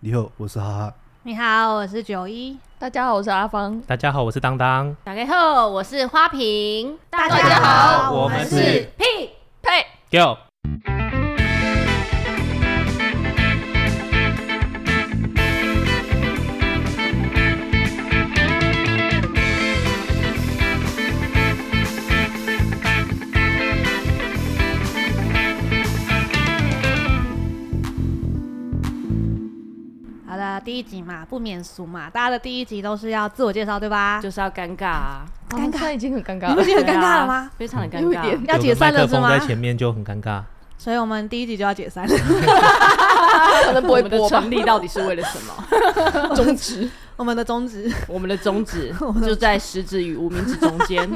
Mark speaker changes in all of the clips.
Speaker 1: 你好，我是哈哈。
Speaker 2: 你好，我是九一。
Speaker 3: 大家好，我是阿芳。
Speaker 4: 大家好，我是当当。
Speaker 5: 大家好，我是花瓶。
Speaker 2: 大
Speaker 4: 家好我们是
Speaker 5: 屁。
Speaker 3: 呸！
Speaker 4: Go，
Speaker 2: 好的，第一集嘛，不免俗嘛，大家的第一集都是要自我介绍，对吧？
Speaker 5: 就是要尴尬啊，
Speaker 2: 尴尬
Speaker 3: 哦现在已经很尴
Speaker 2: 你
Speaker 3: 尬
Speaker 2: 不
Speaker 3: 了。
Speaker 2: 觉得很尴尬了
Speaker 5: 对啊
Speaker 2: 吗？？
Speaker 5: 非常的尴
Speaker 3: 有一
Speaker 5: 尬
Speaker 3: 点。
Speaker 2: 要解散
Speaker 4: 有
Speaker 2: 了
Speaker 4: 个
Speaker 2: 是
Speaker 4: 麦克风
Speaker 2: 吗
Speaker 4: 在？前面就很尴尬。
Speaker 2: 所以我们第一集就要解散了。
Speaker 3: 可能不会
Speaker 5: 我们的
Speaker 3: 播吧
Speaker 5: 成？立到底是为了什么？
Speaker 3: 终止。
Speaker 2: 我们的宗旨，
Speaker 5: 我们的 宗旨就在食指与无名指中间。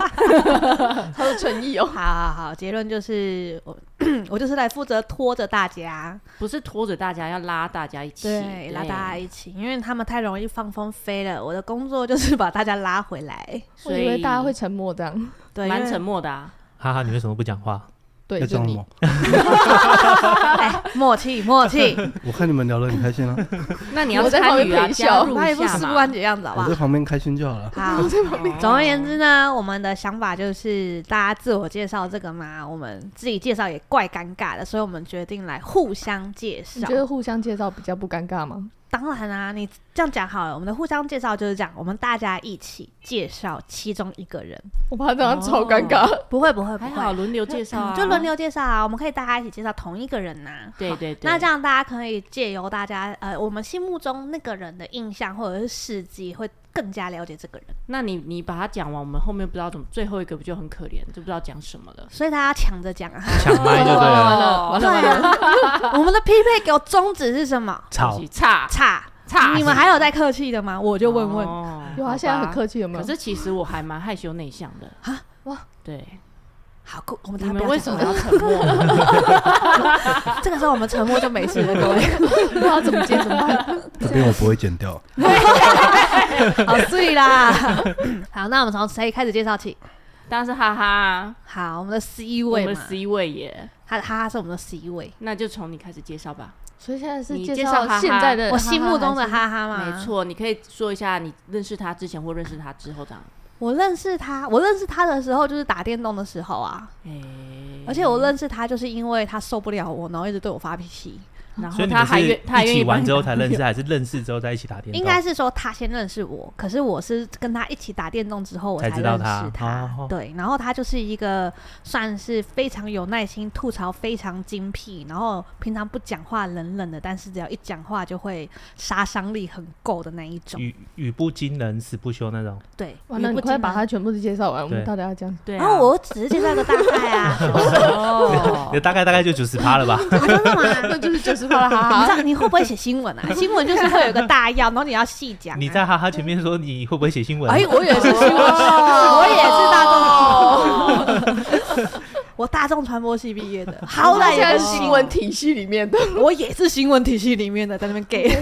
Speaker 3: 好有诚意哦。
Speaker 2: 好好好，结论就是我 我就是来负责拖着大家，
Speaker 5: 不是拖着大家，要拉大家一起，
Speaker 2: 对，拉大家
Speaker 5: 家。
Speaker 2: 一起，因为他们太容易放风飞了。我的工作就是把大家拉回来，
Speaker 3: 我
Speaker 5: 所
Speaker 3: 以为
Speaker 5: 以
Speaker 3: 大家会沉默 这样。
Speaker 2: 对，
Speaker 5: 蛮
Speaker 2: 因为
Speaker 5: 沉默的啊。
Speaker 4: 哈哈，你为什么不讲话？
Speaker 3: 对，
Speaker 1: 要
Speaker 3: 就
Speaker 1: 讲什
Speaker 3: 你
Speaker 1: 么？
Speaker 2: 哎默契默 契，
Speaker 1: 我看你们聊得很开心 啊，
Speaker 5: 那你要
Speaker 3: 我在旁
Speaker 5: 参
Speaker 3: 边
Speaker 5: 与啊，
Speaker 3: 陪
Speaker 5: 加
Speaker 3: 笑
Speaker 5: 入
Speaker 2: 他也
Speaker 5: 一
Speaker 2: 不
Speaker 5: 下
Speaker 2: 死不
Speaker 5: 嘛
Speaker 2: 关。己样子，好不
Speaker 1: 我
Speaker 2: 好
Speaker 1: 在？旁边开心就好了。
Speaker 2: 好，
Speaker 5: 哦
Speaker 2: 总而言之呢，我们的想法就是大家自我介绍这个嘛，我们自己介绍也怪尴尬的，所以我们决定来互相介
Speaker 3: 你
Speaker 2: 绍
Speaker 3: 觉。得互相介绍比较不尴尬吗？
Speaker 2: 当然啊，你这样讲好了，我们的互相介绍就是这样，我们大家一起介绍其中一个人，
Speaker 3: 我怕这样超尴尬。
Speaker 2: 不会不会不
Speaker 5: 还
Speaker 2: 会，
Speaker 5: 好轮流介绍啊，
Speaker 2: 就轮。流介绍啊，我们可以大家一起介绍同一个人呐、
Speaker 5: 对对对，
Speaker 2: 那这样大家可以借由大家呃，我们心目中那个人的印象或者是事迹，会更加了解这个人。
Speaker 5: 那你你把它讲完，我们后面不知道怎么，最后一个不就很可怜，就不知道讲什么了。
Speaker 2: 所以大家抢着讲啊，
Speaker 4: 抢麦就对
Speaker 5: 哦
Speaker 4: 了。
Speaker 3: 了完
Speaker 2: 对
Speaker 3: 了完了，
Speaker 2: 啊， 我们的匹配给我宗旨是什么？
Speaker 4: 吵，
Speaker 5: 差
Speaker 2: 差，
Speaker 5: 差，哦
Speaker 2: 你们还有在客气的吗？我就问问，
Speaker 5: 问
Speaker 3: 有啊，现在很客气，有没
Speaker 5: 可
Speaker 3: 有？
Speaker 5: 是其实我还蛮害羞内向的
Speaker 2: 啊
Speaker 3: 哇，
Speaker 5: 对，
Speaker 2: 好，够我们
Speaker 5: 你
Speaker 2: 大家不
Speaker 5: 们
Speaker 2: 要
Speaker 5: 为
Speaker 2: 讲
Speaker 5: 什
Speaker 2: 话
Speaker 5: 么要沉默呢？
Speaker 2: 这个时候我们沉默就没 事了，各位，
Speaker 3: 不知道怎么接怎么 办。
Speaker 1: 这边我不会剪掉，
Speaker 2: 好醉啦。 好，那我们从谁开始介绍起？
Speaker 5: 当然是哈哈 啊，
Speaker 2: 好，我们的 C
Speaker 5: 我
Speaker 2: 位
Speaker 5: 们
Speaker 2: 嘛，
Speaker 5: C 位耶，
Speaker 2: 他他他是我们的 C 位，
Speaker 5: 那就从你开始介绍吧。
Speaker 3: 所以现在是
Speaker 5: 你
Speaker 3: 介
Speaker 5: 介绍
Speaker 3: 绍
Speaker 5: 哈哈
Speaker 3: 现在的
Speaker 2: 我心目中的
Speaker 3: 哈哈
Speaker 2: 哈哈嘛，
Speaker 5: 没。错，你可以说一下你认识他之前或认识他之后这样。
Speaker 2: 我认识他，我认识他的时候就是打电动的时候啊，
Speaker 5: 哎
Speaker 2: 而且我认识他就是因为他受不了我，然后一直对我发脾气。
Speaker 5: 然
Speaker 4: 所
Speaker 5: 后
Speaker 4: 以你
Speaker 5: 他
Speaker 4: 们
Speaker 5: 还
Speaker 4: 是
Speaker 5: 愿，他还
Speaker 4: 一
Speaker 5: 愿
Speaker 4: 起
Speaker 5: 意帮
Speaker 4: 玩
Speaker 5: 你
Speaker 4: 之后
Speaker 5: 打
Speaker 4: 才认识，还是认识之后在一起打电动？
Speaker 2: 应该是说他先认识我，可是我是跟他一起打电动之后我
Speaker 4: 才
Speaker 2: 认识
Speaker 4: 知道
Speaker 2: 他
Speaker 4: 他。哦
Speaker 2: 对，然后他就是一个算是非常有耐心、吐槽非常精辟，然后平常不讲话冷冷的，但是只要一讲话就会杀伤力很够的那一种。
Speaker 4: 语语不惊人死不休那种。
Speaker 2: 对，
Speaker 3: 完
Speaker 2: 语
Speaker 3: 了，你
Speaker 2: 不
Speaker 3: 快
Speaker 2: 惊
Speaker 3: 把
Speaker 2: 人
Speaker 3: 它全部都介绍完，我们
Speaker 4: 对
Speaker 3: 到底要讲什么？
Speaker 5: 对啊，
Speaker 2: 然后我只是介绍一个大概 啊，
Speaker 5: 哦
Speaker 4: 也，大概大概就九十趴了吧？
Speaker 2: 啊真 的吗？
Speaker 3: 那就是九十趴了，哈
Speaker 2: 你
Speaker 3: 哈
Speaker 2: 知。道你会不会写新闻啊？新闻就是会有一个大要，然后你要细讲、啊。
Speaker 4: 你在哈哈前面说你会不会写新闻？
Speaker 3: 哎，我也是希望
Speaker 2: 我也是大众，
Speaker 5: 哦
Speaker 2: 我大众传播系毕业 的，好歹
Speaker 3: 现
Speaker 2: 也
Speaker 3: 在
Speaker 2: 是
Speaker 3: 新闻，体系里面的。
Speaker 2: 我也是新闻体系里面的，在那边 给。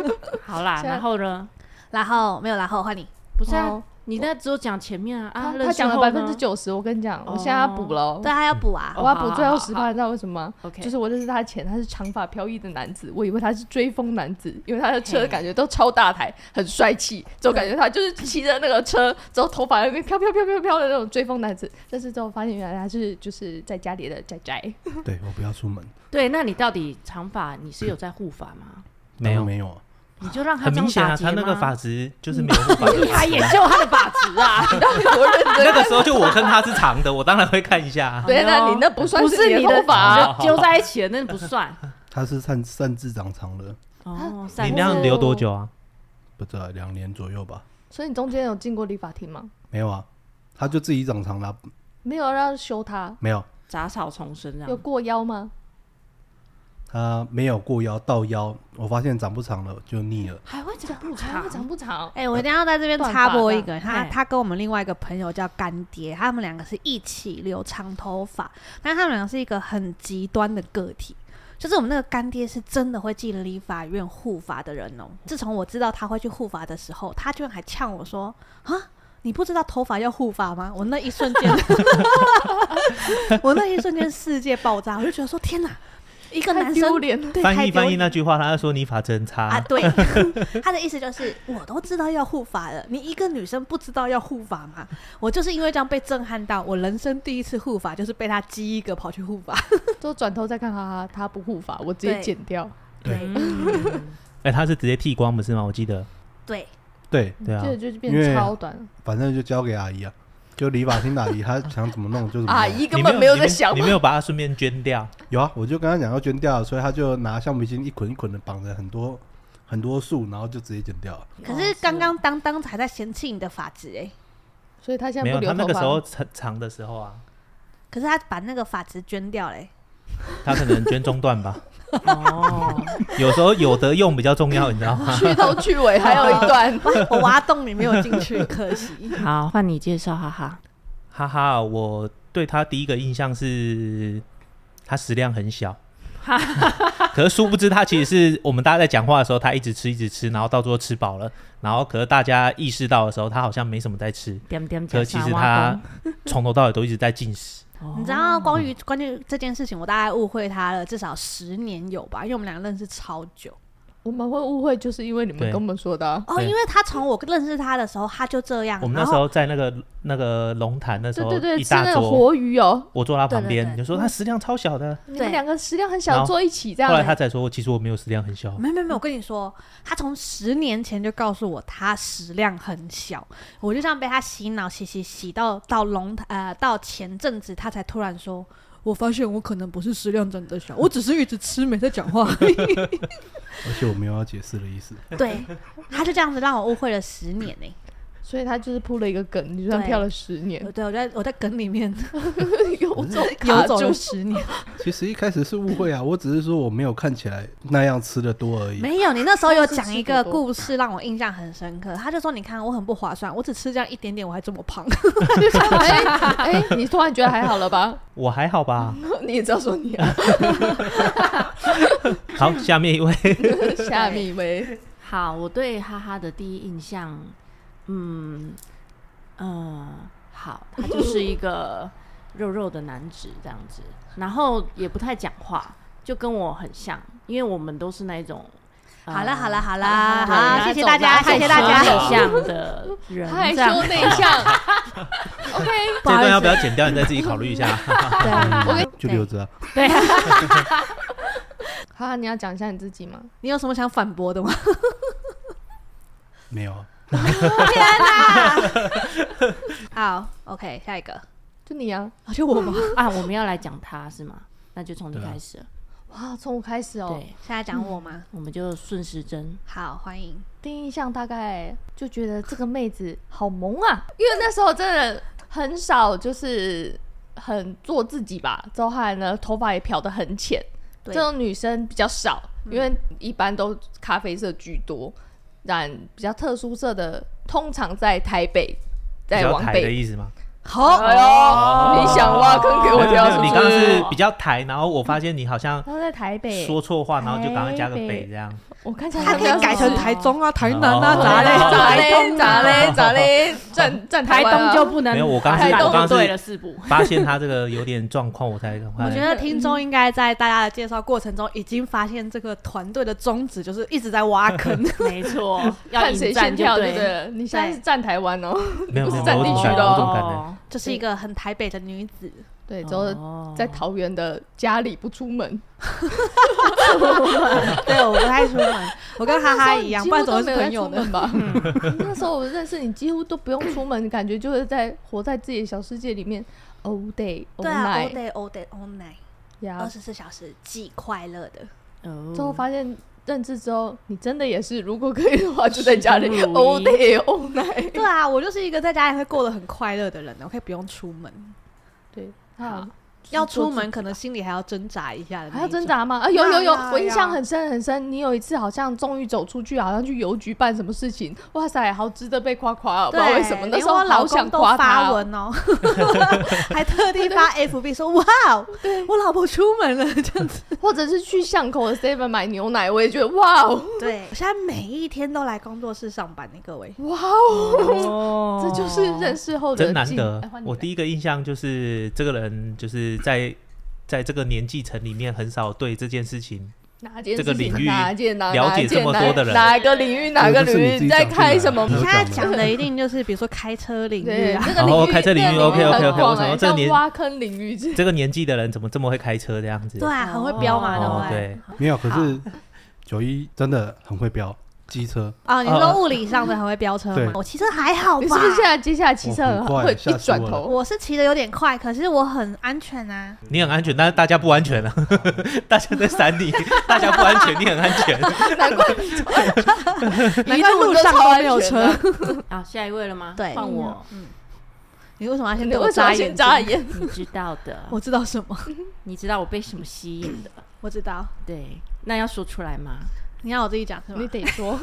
Speaker 5: 好啦，然后呢？
Speaker 2: 然后没有然后，换你。
Speaker 5: 不是啊
Speaker 3: 哦，
Speaker 5: 你那只有讲前面啊啊
Speaker 3: 他，
Speaker 5: 认识
Speaker 3: 他讲了
Speaker 5: 后
Speaker 3: 百
Speaker 5: 呢
Speaker 3: 分之九十，我跟你讲，我现在要补了哦。
Speaker 2: 对，他要补啊。
Speaker 3: 我要补
Speaker 5: 哦
Speaker 3: 最后
Speaker 5: 好
Speaker 3: 十
Speaker 5: 好
Speaker 3: 趴，你知道为什么吗？
Speaker 5: ，OK，
Speaker 3: 就是我认识他前，他是长发飘逸的男子，我以为他是追风男子，因为他的车感觉都超大台，很帅气，之后感觉他就是骑着那个车，之后头发在那边飘飘飘飘飘的那种追风男子。但是之后发现原来他是就是在家里的宅宅，
Speaker 1: 对我不要出门，
Speaker 5: 对，那你到底长发你是有在护发吗？
Speaker 4: 没
Speaker 1: 当然
Speaker 4: 有，
Speaker 1: 没有啊，
Speaker 5: 你就让他
Speaker 4: 很
Speaker 5: 这
Speaker 4: 明
Speaker 5: 样
Speaker 4: 显
Speaker 5: 打
Speaker 4: 啊，
Speaker 5: 结
Speaker 4: 他那个
Speaker 5: 吗
Speaker 4: 发质就是没有护发。
Speaker 5: 他研究他的发质啊，
Speaker 4: 那个时候就我跟他是长的，我当然会看一下啊。
Speaker 3: 对，那
Speaker 5: 哦
Speaker 3: 你那不算
Speaker 5: 不是
Speaker 3: 你
Speaker 5: 你
Speaker 3: 头
Speaker 5: 的
Speaker 3: 发啊，
Speaker 5: 你就揪在一起的那不算。
Speaker 1: 他是擅擅自长长的，
Speaker 5: 哦，
Speaker 4: 你
Speaker 5: 散
Speaker 4: 那样留多久啊？
Speaker 1: 不知道两年左右吧，
Speaker 3: 所以你中间有进过理发厅吗？
Speaker 1: 没有啊，他就自己长长了，
Speaker 3: 没有让他修他，
Speaker 1: 没有，
Speaker 5: 杂草丛生这
Speaker 3: 有
Speaker 5: 样。
Speaker 3: 过腰吗？
Speaker 1: 他没有过腰到腰，我发现长不长了就腻了，
Speaker 5: 还会长不
Speaker 3: 长不啊长不长？
Speaker 2: 哎、我一定要在这边
Speaker 3: 断
Speaker 2: 插
Speaker 3: 发
Speaker 2: 播
Speaker 3: 的
Speaker 2: 一个，他
Speaker 5: 哎
Speaker 2: 他跟我们另外一个朋友叫干爹，他们两个是一起留长头发，但他们两个是一个很极端的个体。就是我们那个干爹是真的会进理发院护发的人哦、自从我知道他会去护发的时候，他居然还呛我说：“啊，你不知道头发要护发吗？”我那一 瞬间，我那一瞬间世界爆炸，我就觉得说：“天哪！”一个
Speaker 3: 太
Speaker 2: 男
Speaker 3: 丢
Speaker 2: 生
Speaker 3: 脸了。
Speaker 2: 对
Speaker 4: 翻
Speaker 2: 太
Speaker 4: 译
Speaker 2: 丢
Speaker 4: 翻译
Speaker 2: 脸
Speaker 4: 那句话，他就说你法真差。
Speaker 2: 啊， 对，他的意思就是我都知道要护法了，你一个女生不知道要护法吗？我就是因为这样被震撼到，我人生第一次护法就是被他激一个跑去护法，
Speaker 3: 就转头再看哈哈，他不护法，我直接
Speaker 2: 对
Speaker 3: 剪掉。
Speaker 1: 对
Speaker 5: 嗯
Speaker 4: 哎、他是直接剃光不是吗？我记得，
Speaker 2: 对，
Speaker 1: 对，
Speaker 4: 对啊
Speaker 3: 这，个嗯就
Speaker 1: 因为
Speaker 3: 变超短。
Speaker 1: 反正就交给阿姨啊，就理发厅的阿 姨，她想怎么弄就怎么弄。
Speaker 3: 阿姨根
Speaker 4: 你
Speaker 3: 本
Speaker 4: 没
Speaker 3: 没有
Speaker 4: 你
Speaker 3: 在想
Speaker 4: 你没有把它顺便捐掉，
Speaker 1: 有啊，我就跟她讲要捐掉，所以她就拿橡皮筋一捆一捆的绑着很多很多束，然后就直接剪掉了。
Speaker 2: 可是刚刚当当还在嫌弃你的发质哎、
Speaker 3: 所以他 现
Speaker 4: 没
Speaker 3: 在不
Speaker 4: 有。他那
Speaker 3: 留头
Speaker 4: 个时
Speaker 3: 发
Speaker 4: 候
Speaker 3: 了。
Speaker 4: 长长的时候啊，
Speaker 2: 可是他把那个发质捐掉欸 嘞、
Speaker 4: 他可能捐中段吧。
Speaker 5: 哦，
Speaker 4: 有时候有得用比较重要，你知道 吗？
Speaker 3: 去头去尾还 有一段，
Speaker 2: 哇我挖洞你没有进去，可惜。
Speaker 5: 好，换你介绍，哈哈。
Speaker 4: 哈哈，我对他第一个印象是他食量很小， 可是殊不知他其实是我们大家在讲话的时候，他一直吃一直吃，然后到最后吃饱了，然后可是大家意识到的时候，他好像没什么在吃，
Speaker 5: 点点
Speaker 4: 可
Speaker 5: 加
Speaker 4: 是其
Speaker 5: 沙
Speaker 4: 实
Speaker 5: 瓦
Speaker 4: 他
Speaker 5: 工，
Speaker 4: 从头到尾都一直在进食。
Speaker 5: 哦
Speaker 2: 你知道关于关于这件事情，我大概误会他了，至少十年有吧，因为我们俩认识超久。
Speaker 3: 我们会误会，就是因为你们
Speaker 4: 对
Speaker 3: 跟我们说的啊。
Speaker 2: 哦，
Speaker 4: 对
Speaker 2: 因为他从我认识他的时候，他就这样。
Speaker 4: 我们那
Speaker 2: 然
Speaker 4: 时
Speaker 2: 后
Speaker 4: 候在那个那个龙潭的时
Speaker 3: 对
Speaker 4: 候，
Speaker 3: 对对，
Speaker 4: 一
Speaker 3: 吃
Speaker 4: 大
Speaker 3: 那个
Speaker 4: 桌，
Speaker 3: 活鱼哦，
Speaker 4: 我坐他旁
Speaker 2: 对对
Speaker 4: 边，
Speaker 2: 对
Speaker 4: 你就说他食量超小的，
Speaker 3: 你们
Speaker 2: 对
Speaker 3: 两个食量很
Speaker 4: 然
Speaker 3: 小，
Speaker 4: 后
Speaker 3: 坐一起这样
Speaker 4: 后来他
Speaker 3: 欸。
Speaker 4: 才说，其实我没有食量很小，
Speaker 2: 没有没有没有，我跟你说，他从十年前就告诉我他食量很小，我就这样被他洗脑洗洗洗到到龙潭呃到前阵子他才突然说，我发现我可能不是食量真的小，我只是一直吃没在讲话。
Speaker 1: 而且我没有要解释的意思。
Speaker 2: 对，他就这样子让我误会了十年呢、
Speaker 3: 所以他就是铺了一个梗，你就算
Speaker 2: 对
Speaker 3: 跳了十年，
Speaker 2: 对，我在我在梗里面
Speaker 3: 游走
Speaker 2: 游
Speaker 3: 卡
Speaker 2: 走
Speaker 3: 住
Speaker 2: 了。十年。
Speaker 1: 其实一开始是误会啊，我只是说我没有看起来那样吃的多而已。
Speaker 2: 没有，你那时候有讲一
Speaker 3: 公
Speaker 2: 个
Speaker 3: 司吃多
Speaker 2: 故事让我印象很深刻。他就说：“你看我很不划算，我只吃这样一点点，我还这么胖。他就这样讲
Speaker 3: 哎哎，你突然觉得还好了吧？
Speaker 4: 我还好吧。
Speaker 3: 你也知道说你 啊
Speaker 4: 好，下面一 位，
Speaker 3: 下面一位，
Speaker 5: 好，我对哈哈的第一印象，嗯呃，好，他就是一个肉肉的男子这样子，然后也不太讲话，就跟我很像，因为我们都是那一种。呃
Speaker 2: 好了好了好
Speaker 5: 好
Speaker 2: 了，
Speaker 5: 了啊好了
Speaker 2: 好，谢谢大家，
Speaker 5: 害
Speaker 2: 谢谢
Speaker 5: 羞
Speaker 2: 大
Speaker 5: 内
Speaker 2: 家。
Speaker 5: 向的人，
Speaker 3: 害
Speaker 5: 这样
Speaker 3: 羞内 向。OK，
Speaker 4: 这段要不要剪掉？你再自己考虑一下。
Speaker 3: 我跟
Speaker 1: 就留着、啊，
Speaker 5: 对，
Speaker 3: 哈哈，你要讲一下你自己吗？
Speaker 2: 你有什么想反驳的吗？
Speaker 1: 没有啊。
Speaker 2: 天哪！好，OK，下一个，
Speaker 3: 就你啊！
Speaker 2: 啊就我吗？
Speaker 5: 啊，我们要来讲他是吗？那就从你
Speaker 1: 对啊
Speaker 5: 开始了。
Speaker 3: 哇，从我开始
Speaker 4: 啊
Speaker 3: 哦。
Speaker 5: 对，
Speaker 2: 现在讲我吗？
Speaker 5: 我们就顺时针。
Speaker 2: 好，欢迎。
Speaker 3: 第一印象大概就觉得这个妹子好萌啊，因为那时候真的很少就是很做自己吧。周汉呢，头发也漂得很浅，
Speaker 2: 对
Speaker 3: 这种女生比较少，因为一般都咖啡色居多，但比较特殊色的通常在台北，
Speaker 4: 比
Speaker 3: 在
Speaker 4: 较
Speaker 3: 往
Speaker 4: 台的
Speaker 3: 北。
Speaker 4: 意思吗？
Speaker 3: 好，哎呦，你想挖坑给
Speaker 4: 没有
Speaker 3: 我
Speaker 4: 没
Speaker 3: 跳是
Speaker 4: 有，
Speaker 3: 不
Speaker 4: 你
Speaker 3: 是
Speaker 4: 刚刚是比较台，然后我发现你好像
Speaker 3: 他在台北，
Speaker 4: 说错话，然后就刚刚加个
Speaker 3: 台北
Speaker 4: 北这样。
Speaker 3: 我看起来
Speaker 2: 他可以改成台中啊、台南啊、
Speaker 4: 哦
Speaker 2: 咋嘞、
Speaker 3: 咋
Speaker 2: 咋嘞、
Speaker 3: 嘞咋嘞咋嘞， 站站
Speaker 5: 台
Speaker 3: 湾啊
Speaker 5: 东就不能，
Speaker 4: 没有我刚
Speaker 3: 是
Speaker 5: 台
Speaker 3: 我
Speaker 5: 东
Speaker 4: 刚
Speaker 5: 就是对了四步。
Speaker 4: 发现他这个有点状况，我才赶快
Speaker 2: 我觉。得听众应该在大家的介绍过程中，已经发现这个团队的宗旨就是一直在挖坑。
Speaker 5: 没错，要
Speaker 3: 看谁
Speaker 5: 引战
Speaker 3: 先
Speaker 5: 就
Speaker 3: 跳，对不
Speaker 5: 对了。
Speaker 3: 对？你现在是站台湾哦，
Speaker 4: 没有没
Speaker 3: 不是
Speaker 4: 有，
Speaker 3: 占
Speaker 4: 我
Speaker 3: 地
Speaker 4: 怎么
Speaker 3: 区
Speaker 4: 感
Speaker 3: 的
Speaker 4: 我怎么
Speaker 3: 哦
Speaker 4: 感觉？
Speaker 2: 就是一个很台北的女子，
Speaker 3: 对，之后
Speaker 5: 哦
Speaker 3: 在桃园的家里不出门，
Speaker 2: 对，我不太出门，我跟 哈哈一样， 不然怎么会是朋友
Speaker 3: 呢
Speaker 2: 呢？
Speaker 3: 吧？ 那时候我认识你，几乎都不用出门，感觉就是在活在自己的小世界里面，all day oh
Speaker 2: 对
Speaker 3: all
Speaker 2: 啊，all
Speaker 3: night
Speaker 2: day 哦 all day all night，二
Speaker 3: 呀。
Speaker 2: 十四小时既快乐的。
Speaker 5: 哦
Speaker 3: 之后发现认识之后，你真的也是，如果可以的话，就在家里
Speaker 5: 是如
Speaker 3: all
Speaker 5: 一
Speaker 3: day oh, all night。
Speaker 2: 对啊，我就是一个在家里会过得很快乐的人，我可以不用出门。
Speaker 3: 对，啊，
Speaker 2: 要出门，可能心里还要挣扎一下的那
Speaker 3: 还
Speaker 2: 一种，
Speaker 3: 要挣扎吗？啊，有有有
Speaker 2: 呀呀，
Speaker 3: 我印象很深很深。你有一次好像终于走出去，好像去邮局办什么事情，哇塞，好值得被夸夸哦，不
Speaker 2: 对。
Speaker 3: 知道为什么那
Speaker 2: 连
Speaker 3: 时候
Speaker 2: 我
Speaker 3: 好
Speaker 2: 老
Speaker 3: 想
Speaker 2: 公都
Speaker 3: 夸他
Speaker 2: 发
Speaker 3: 哦。
Speaker 2: 文哦， 还特地 发 FB 说：“哇哦，我老婆出门了。”这样子。
Speaker 3: 或者是去巷口的 Seven 买牛奶，我也觉得哇哦
Speaker 2: 对，我现在每一天都来工作室上班呢，各位。
Speaker 3: 哇哦，
Speaker 5: 哦
Speaker 3: 这就是认识后的
Speaker 4: 真难
Speaker 3: 进
Speaker 4: 得
Speaker 3: 哎换。你
Speaker 4: 我
Speaker 3: 来
Speaker 4: 第一个印象就是这个人就是在在这个年纪层里面很少对这件事情
Speaker 3: 哪件
Speaker 4: 这个
Speaker 3: 事情
Speaker 4: 领域
Speaker 3: 哪件哪
Speaker 4: 了解
Speaker 3: 哪
Speaker 4: 这
Speaker 3: 件
Speaker 4: 么
Speaker 3: 哪
Speaker 4: 多的人
Speaker 3: 哪个领域哪
Speaker 1: 这
Speaker 3: 个
Speaker 1: 个不是你自
Speaker 3: 领域
Speaker 1: 己
Speaker 3: 在
Speaker 1: 讲出
Speaker 3: 开
Speaker 1: 来
Speaker 3: 什么
Speaker 1: 的
Speaker 2: 你
Speaker 1: 嗯
Speaker 2: 现在讲的一定就是比如说开车领域
Speaker 3: 对
Speaker 2: 啊，，
Speaker 3: 这个
Speaker 4: 然
Speaker 3: 领
Speaker 4: 后
Speaker 3: 域，
Speaker 4: 开车领
Speaker 3: 这个
Speaker 4: 域
Speaker 3: 领
Speaker 4: OK，OK，OK，
Speaker 3: 很广
Speaker 4: 我想
Speaker 3: 欸
Speaker 4: 说这
Speaker 3: 像
Speaker 4: 年
Speaker 3: 挖坑领域这，
Speaker 4: 这个年纪的人怎么这么会开车这样子？
Speaker 2: 对啊，很会飙嘛，对不
Speaker 4: 哦，
Speaker 2: 对？
Speaker 4: 对，
Speaker 5: 啊
Speaker 1: 没有，可是九一真的很会飙机车，
Speaker 2: 啊，你说物理上的很会飙车
Speaker 1: 对
Speaker 2: 吗？我骑车还好
Speaker 3: 你
Speaker 2: 吧，
Speaker 3: 是不是现在接下来骑
Speaker 1: 我
Speaker 3: 车
Speaker 4: 哦
Speaker 1: 很
Speaker 3: 很
Speaker 1: 快
Speaker 3: 会
Speaker 1: 吓
Speaker 3: 一
Speaker 1: 死
Speaker 3: 转
Speaker 1: 我了
Speaker 3: 头？
Speaker 2: 我是骑的有点快，可是我很安全啊。
Speaker 4: 你很安全，但是大家不安全啊， 大家在闪你，大家不安全，你很安全。啊
Speaker 3: 难怪你
Speaker 2: 难怪路上都没有车。
Speaker 5: 啊，下一位了吗？
Speaker 2: 对嗯
Speaker 5: 换我，
Speaker 2: 你为什么要先
Speaker 3: 你
Speaker 2: 对
Speaker 3: 为
Speaker 2: 我
Speaker 3: 什么
Speaker 2: 眨
Speaker 3: 先
Speaker 2: 眼？
Speaker 3: 眨，眼？
Speaker 5: 你知道的，
Speaker 2: 我知道什么？
Speaker 5: 你知道我被什么吸引的？
Speaker 2: 我知道，
Speaker 5: 对，那要说出来吗？
Speaker 2: 你要我自己讲是吗
Speaker 3: 你？得说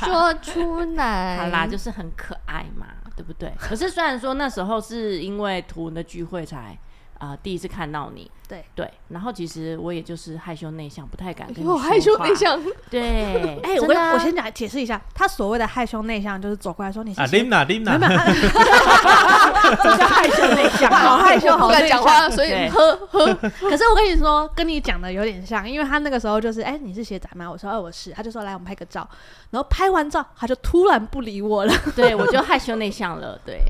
Speaker 3: 说出来。
Speaker 5: 好啦，就是很可爱嘛，对不对？可是虽然说那时候是因为图文的聚会才啊、呃第一次看到你，
Speaker 2: 对
Speaker 5: 对，然后其实我也就是害羞内向，不太敢跟你
Speaker 3: 哎
Speaker 5: 说
Speaker 3: 我害羞
Speaker 5: 话
Speaker 3: 内，向，
Speaker 5: 对，
Speaker 2: 哎，我
Speaker 5: 真
Speaker 2: 跟
Speaker 5: 的啊
Speaker 2: 我先讲解释一下，他所谓的害羞内向就是走过来说你是
Speaker 4: 啊
Speaker 2: 谁
Speaker 4: ，Limna
Speaker 2: 没有
Speaker 4: Limna，
Speaker 2: 没有啊
Speaker 5: 这叫害羞内向，
Speaker 2: 哇好害羞
Speaker 3: 啊 我不
Speaker 2: 好
Speaker 3: 敢
Speaker 2: 内
Speaker 3: 讲
Speaker 2: 向
Speaker 3: 话，所以
Speaker 5: 对
Speaker 3: 呵呵，
Speaker 2: 可是我跟你说，跟你讲的有点像，因为他那个时候就是，哎、你是学长吗？我说，哦，我是。他就说，来，我们拍个照。然后拍完照，他就突然不理我了。
Speaker 5: 对我就害羞内向了，对，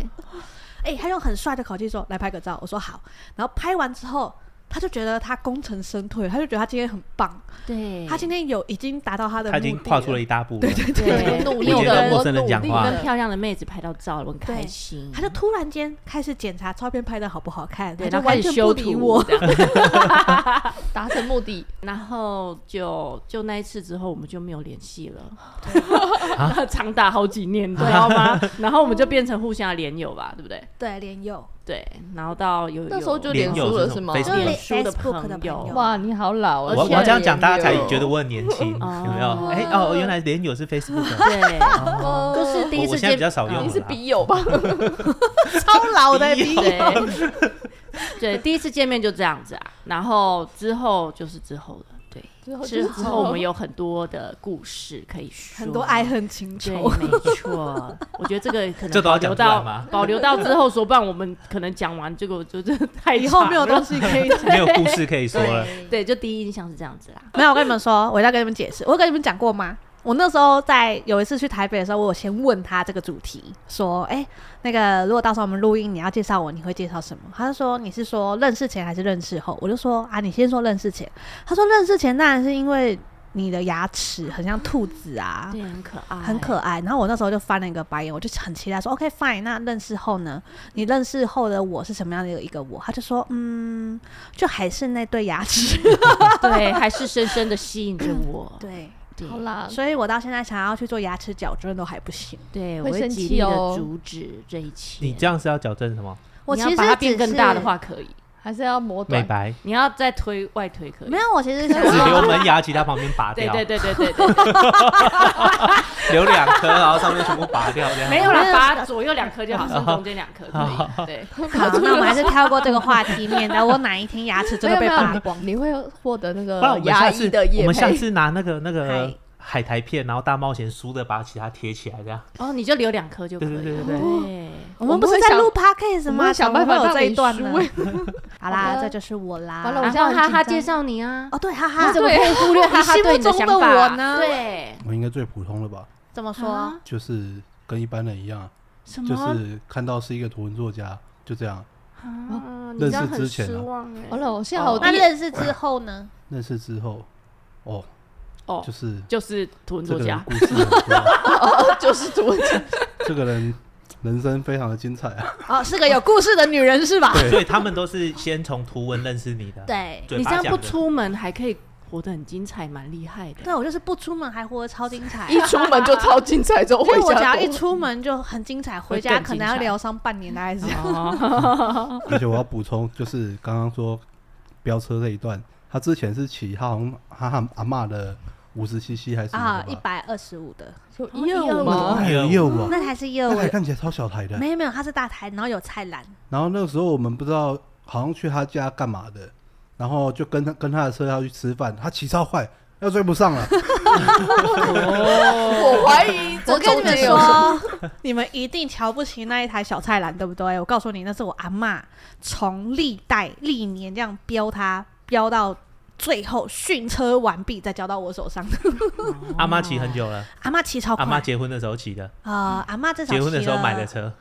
Speaker 2: 哎、他用很帅的口气说，来拍个照。我说好。然后拍完之后，他就觉得他功成身退，他就觉得他今天很棒，
Speaker 5: 对
Speaker 2: 他今天有已经达到他的
Speaker 4: 他
Speaker 2: 目
Speaker 4: 已
Speaker 2: 的
Speaker 4: 经
Speaker 2: 了。
Speaker 4: 跨出了一大步了。
Speaker 5: 对，
Speaker 3: 努
Speaker 5: 你
Speaker 3: 力
Speaker 5: 有
Speaker 4: 我觉得
Speaker 5: 跟
Speaker 4: 陌生人讲话
Speaker 5: 跟漂亮的妹子拍到照了，我很开
Speaker 2: 对
Speaker 5: 心，
Speaker 2: 他就突然间开始检查照片拍的好不好看，
Speaker 5: 对，
Speaker 2: 他就
Speaker 5: 然后开
Speaker 2: 完
Speaker 5: 始
Speaker 2: 全
Speaker 5: 修
Speaker 2: 不理
Speaker 5: 图
Speaker 2: 我。
Speaker 5: 这样，
Speaker 3: 达成目的，
Speaker 5: 然后就就那一次之后，我们就没有联系了，
Speaker 4: 啊
Speaker 5: 长达好几年，你知道吗？然后我们就变成互相的连友吧，对不对？
Speaker 2: 对，连友
Speaker 5: 对，然后到有
Speaker 3: 那时候就
Speaker 5: 有
Speaker 4: 连
Speaker 3: 脸
Speaker 4: 友
Speaker 3: 书
Speaker 4: 是
Speaker 3: 了
Speaker 4: 什
Speaker 3: 是
Speaker 4: 么
Speaker 3: 吗
Speaker 2: 就
Speaker 4: Facebook
Speaker 2: 是
Speaker 5: 脸书的
Speaker 2: Facebook 的
Speaker 5: 朋友
Speaker 2: 友。
Speaker 3: 哇，你好老哦！
Speaker 4: 我我
Speaker 5: 而且
Speaker 4: 这样讲，大家才
Speaker 3: 连友
Speaker 4: 觉得我很年轻，有没有？
Speaker 5: 哦
Speaker 4: 哎哦，原来连友是 Facebook，的
Speaker 5: 对，
Speaker 4: 哦
Speaker 5: 就是第
Speaker 4: 我
Speaker 5: 一
Speaker 4: 我
Speaker 5: 次
Speaker 4: 现在
Speaker 5: 见
Speaker 4: 比较少用
Speaker 3: 你
Speaker 4: 了
Speaker 3: 是
Speaker 4: 啦。
Speaker 3: 笔友吧？
Speaker 2: 超老的
Speaker 4: 笔
Speaker 2: 比
Speaker 4: 友
Speaker 5: 对对，第一次见面就这样子啊，然后之后就是之后了，对，之
Speaker 3: 之
Speaker 5: 后我们有很多的故事可以说，
Speaker 2: 很多爱。恨情
Speaker 5: 对，
Speaker 2: 仇。
Speaker 5: 没错，我觉得这个可
Speaker 4: 这
Speaker 5: 能
Speaker 4: 都要
Speaker 5: 保留
Speaker 4: 讲出来
Speaker 5: 到
Speaker 4: 吗
Speaker 5: 保留到之 后说，不然我们可能讲完这个就是太
Speaker 2: 以后没有
Speaker 5: 长了
Speaker 2: 东西可以讲。
Speaker 4: 没有故事可以说了。
Speaker 5: 对，就第一印象是这样子啦。
Speaker 2: 没有，我跟你们说，我一定要跟你们解释，我有跟你们讲过吗？我那时候在有一次去台北的时候，我有先问他这个主题，说：“哎、那个如果到时候我们录音，你要介绍我，你会介绍什么？”他就说：“你是说认识前还是认识后？”我就说：“啊，你先说认识前。”他说：“认识前当然是因为你的牙齿很像兔子啊，
Speaker 5: 对，很可爱，
Speaker 2: 很可爱。”然后我那时候就翻了一个白眼，我就很期待说：“OK fine，那认识后呢？你认识后的我是什么样的一个我？”他就说：“嗯，就还是那对牙齿。
Speaker 5: 对，还是深深的吸引着我”。
Speaker 2: 嗯对。
Speaker 5: 对
Speaker 3: 好啦，
Speaker 2: 所以我到现在想要去做牙齿矫正都还不行。
Speaker 5: 对，我
Speaker 3: 会
Speaker 5: 会
Speaker 3: 生
Speaker 5: 极
Speaker 3: 气
Speaker 5: 力
Speaker 3: 哦
Speaker 5: 的阻止这一切。
Speaker 4: 你这样是要矫正什么？
Speaker 2: 我
Speaker 5: 你
Speaker 2: 其
Speaker 5: 要
Speaker 2: 实
Speaker 5: 把它
Speaker 2: 只
Speaker 5: 变更
Speaker 2: 是
Speaker 5: 大的，话可以，
Speaker 3: 还是要磨
Speaker 4: 美
Speaker 3: 短。
Speaker 4: 白，
Speaker 5: 你要再推外推可以。
Speaker 2: 没有，我其实想
Speaker 4: 只留
Speaker 2: 说，
Speaker 4: 门牙，其他旁边拔
Speaker 5: 对
Speaker 4: 掉，
Speaker 5: 对对对 对对，
Speaker 4: 留两颗，然后上面全部拔掉，这样
Speaker 5: 没有
Speaker 2: 没
Speaker 5: 啦，
Speaker 2: 有
Speaker 5: 把左右两颗就好，剩中间两颗可 以。对，
Speaker 2: 好，那我们还是跳过这个话题，免得我哪一天牙齿真
Speaker 3: 没
Speaker 2: 的
Speaker 3: 有没
Speaker 2: 被拔
Speaker 3: 有
Speaker 2: 光。，
Speaker 3: 你会获得那
Speaker 4: 不然我
Speaker 3: 个
Speaker 4: 们
Speaker 3: 牙
Speaker 4: 下
Speaker 3: 医
Speaker 4: 次
Speaker 3: 的
Speaker 4: 我
Speaker 3: 业
Speaker 4: 们下
Speaker 3: 配。
Speaker 4: 次拿那个那个海苔片，然后大冒险输的把其他贴起来，这样。
Speaker 5: 哦，你就留两颗就可以了。
Speaker 4: 对对对
Speaker 3: 对
Speaker 5: 对
Speaker 2: 我
Speaker 3: 们
Speaker 2: 们不
Speaker 3: 会
Speaker 2: 是在
Speaker 3: 想
Speaker 2: 录 podcast
Speaker 3: 我们
Speaker 2: 吗？
Speaker 3: 会想
Speaker 2: 怎么
Speaker 3: 办
Speaker 2: 会有这
Speaker 3: 法让
Speaker 2: 一
Speaker 3: 你
Speaker 2: 段
Speaker 3: 输
Speaker 2: 呢。 好
Speaker 3: 好
Speaker 2: 啦，
Speaker 3: 的
Speaker 2: 这就是我啦。啊
Speaker 3: 完了我
Speaker 5: 然
Speaker 3: 现在
Speaker 5: 后
Speaker 3: 很
Speaker 5: 哈哈
Speaker 3: 紧
Speaker 5: 介
Speaker 3: 张
Speaker 5: 绍你啊，
Speaker 2: 哦，对，哈
Speaker 5: 你
Speaker 2: 哈
Speaker 5: 怎，么可以忽略哈哈
Speaker 2: 你心目
Speaker 5: 对你的
Speaker 2: 中
Speaker 5: 想
Speaker 2: 的
Speaker 5: 法啊？
Speaker 2: 我呢
Speaker 5: 对，
Speaker 1: 我应该最普通了吧？
Speaker 2: 怎么说
Speaker 5: 啊？
Speaker 1: 就是跟一般人一样，啊
Speaker 5: 什
Speaker 1: 就
Speaker 5: 么？
Speaker 1: 是看到是一个图文作家，就这样。
Speaker 5: 啊你
Speaker 1: 认
Speaker 5: 这样
Speaker 1: 识
Speaker 5: 很
Speaker 1: 之前啊
Speaker 5: 失望哎
Speaker 3: 完了，我现在好
Speaker 5: 哦
Speaker 2: 那
Speaker 3: 低。
Speaker 2: 认识之后呢？
Speaker 1: 认识之后，哦，
Speaker 5: 哦
Speaker 1: 就是
Speaker 5: 就是图文
Speaker 1: 这
Speaker 5: 作
Speaker 1: 个人
Speaker 5: 家，哦
Speaker 1: 故事很多，啊
Speaker 3: 就是主文
Speaker 1: 这个人人生非常的精彩啊。
Speaker 2: 哦，是个有故事的女人是吧？
Speaker 4: 所以他们都是先从图文认识你的。
Speaker 2: 对，
Speaker 4: 嘴
Speaker 5: 你这
Speaker 4: 巴
Speaker 5: 样
Speaker 4: 讲的，
Speaker 5: 不出门还可以活得很精彩，蛮厉害的。
Speaker 2: 对我就是不出门还活得超精彩。
Speaker 3: 一出门就超精彩，之后
Speaker 2: 因为
Speaker 3: 回
Speaker 2: 我只
Speaker 3: 家
Speaker 2: 要一出门就很精彩，回
Speaker 5: 会
Speaker 2: 家
Speaker 5: 更
Speaker 2: 可能
Speaker 5: 精
Speaker 2: 要
Speaker 5: 彩啊
Speaker 2: 疗伤半年，大概是这样。
Speaker 5: 哦，
Speaker 1: 而且我要补充，就是刚刚说飙车这一段，他之前是骑他好像他和阿嬷的五十 CC 还是什么
Speaker 2: 啊，
Speaker 1: 的
Speaker 2: 一
Speaker 1: 吧？
Speaker 2: 百二十五的，
Speaker 3: 有一二五
Speaker 5: 125
Speaker 3: 吗？
Speaker 1: 还
Speaker 4: 哎
Speaker 1: 有业务啊，
Speaker 2: 那才是业务
Speaker 1: 那。台看起来超小台的。
Speaker 2: 没有没有，它是大台，然后有菜篮，
Speaker 1: 然后那个时候我们不知道，好像去他家干嘛的，然后就跟他跟他的车要去吃饭，他骑超快，要追不上了。
Speaker 3: 我怀疑这
Speaker 2: 我跟你们
Speaker 3: 中间有什么
Speaker 2: 说， 你们一定瞧不起那一台小菜篮，对不对？我告诉你，那是我阿嬷从历代历年这样标它，标到最后训车完毕，再交到我手上。
Speaker 4: 阿妈骑很久了，
Speaker 2: 阿嬷骑超哦快，
Speaker 4: 阿妈结婚的时候骑的，
Speaker 2: 呃，阿嬷至少
Speaker 4: 结婚的
Speaker 2: 骑
Speaker 4: 时候买
Speaker 2: 了
Speaker 4: 的车，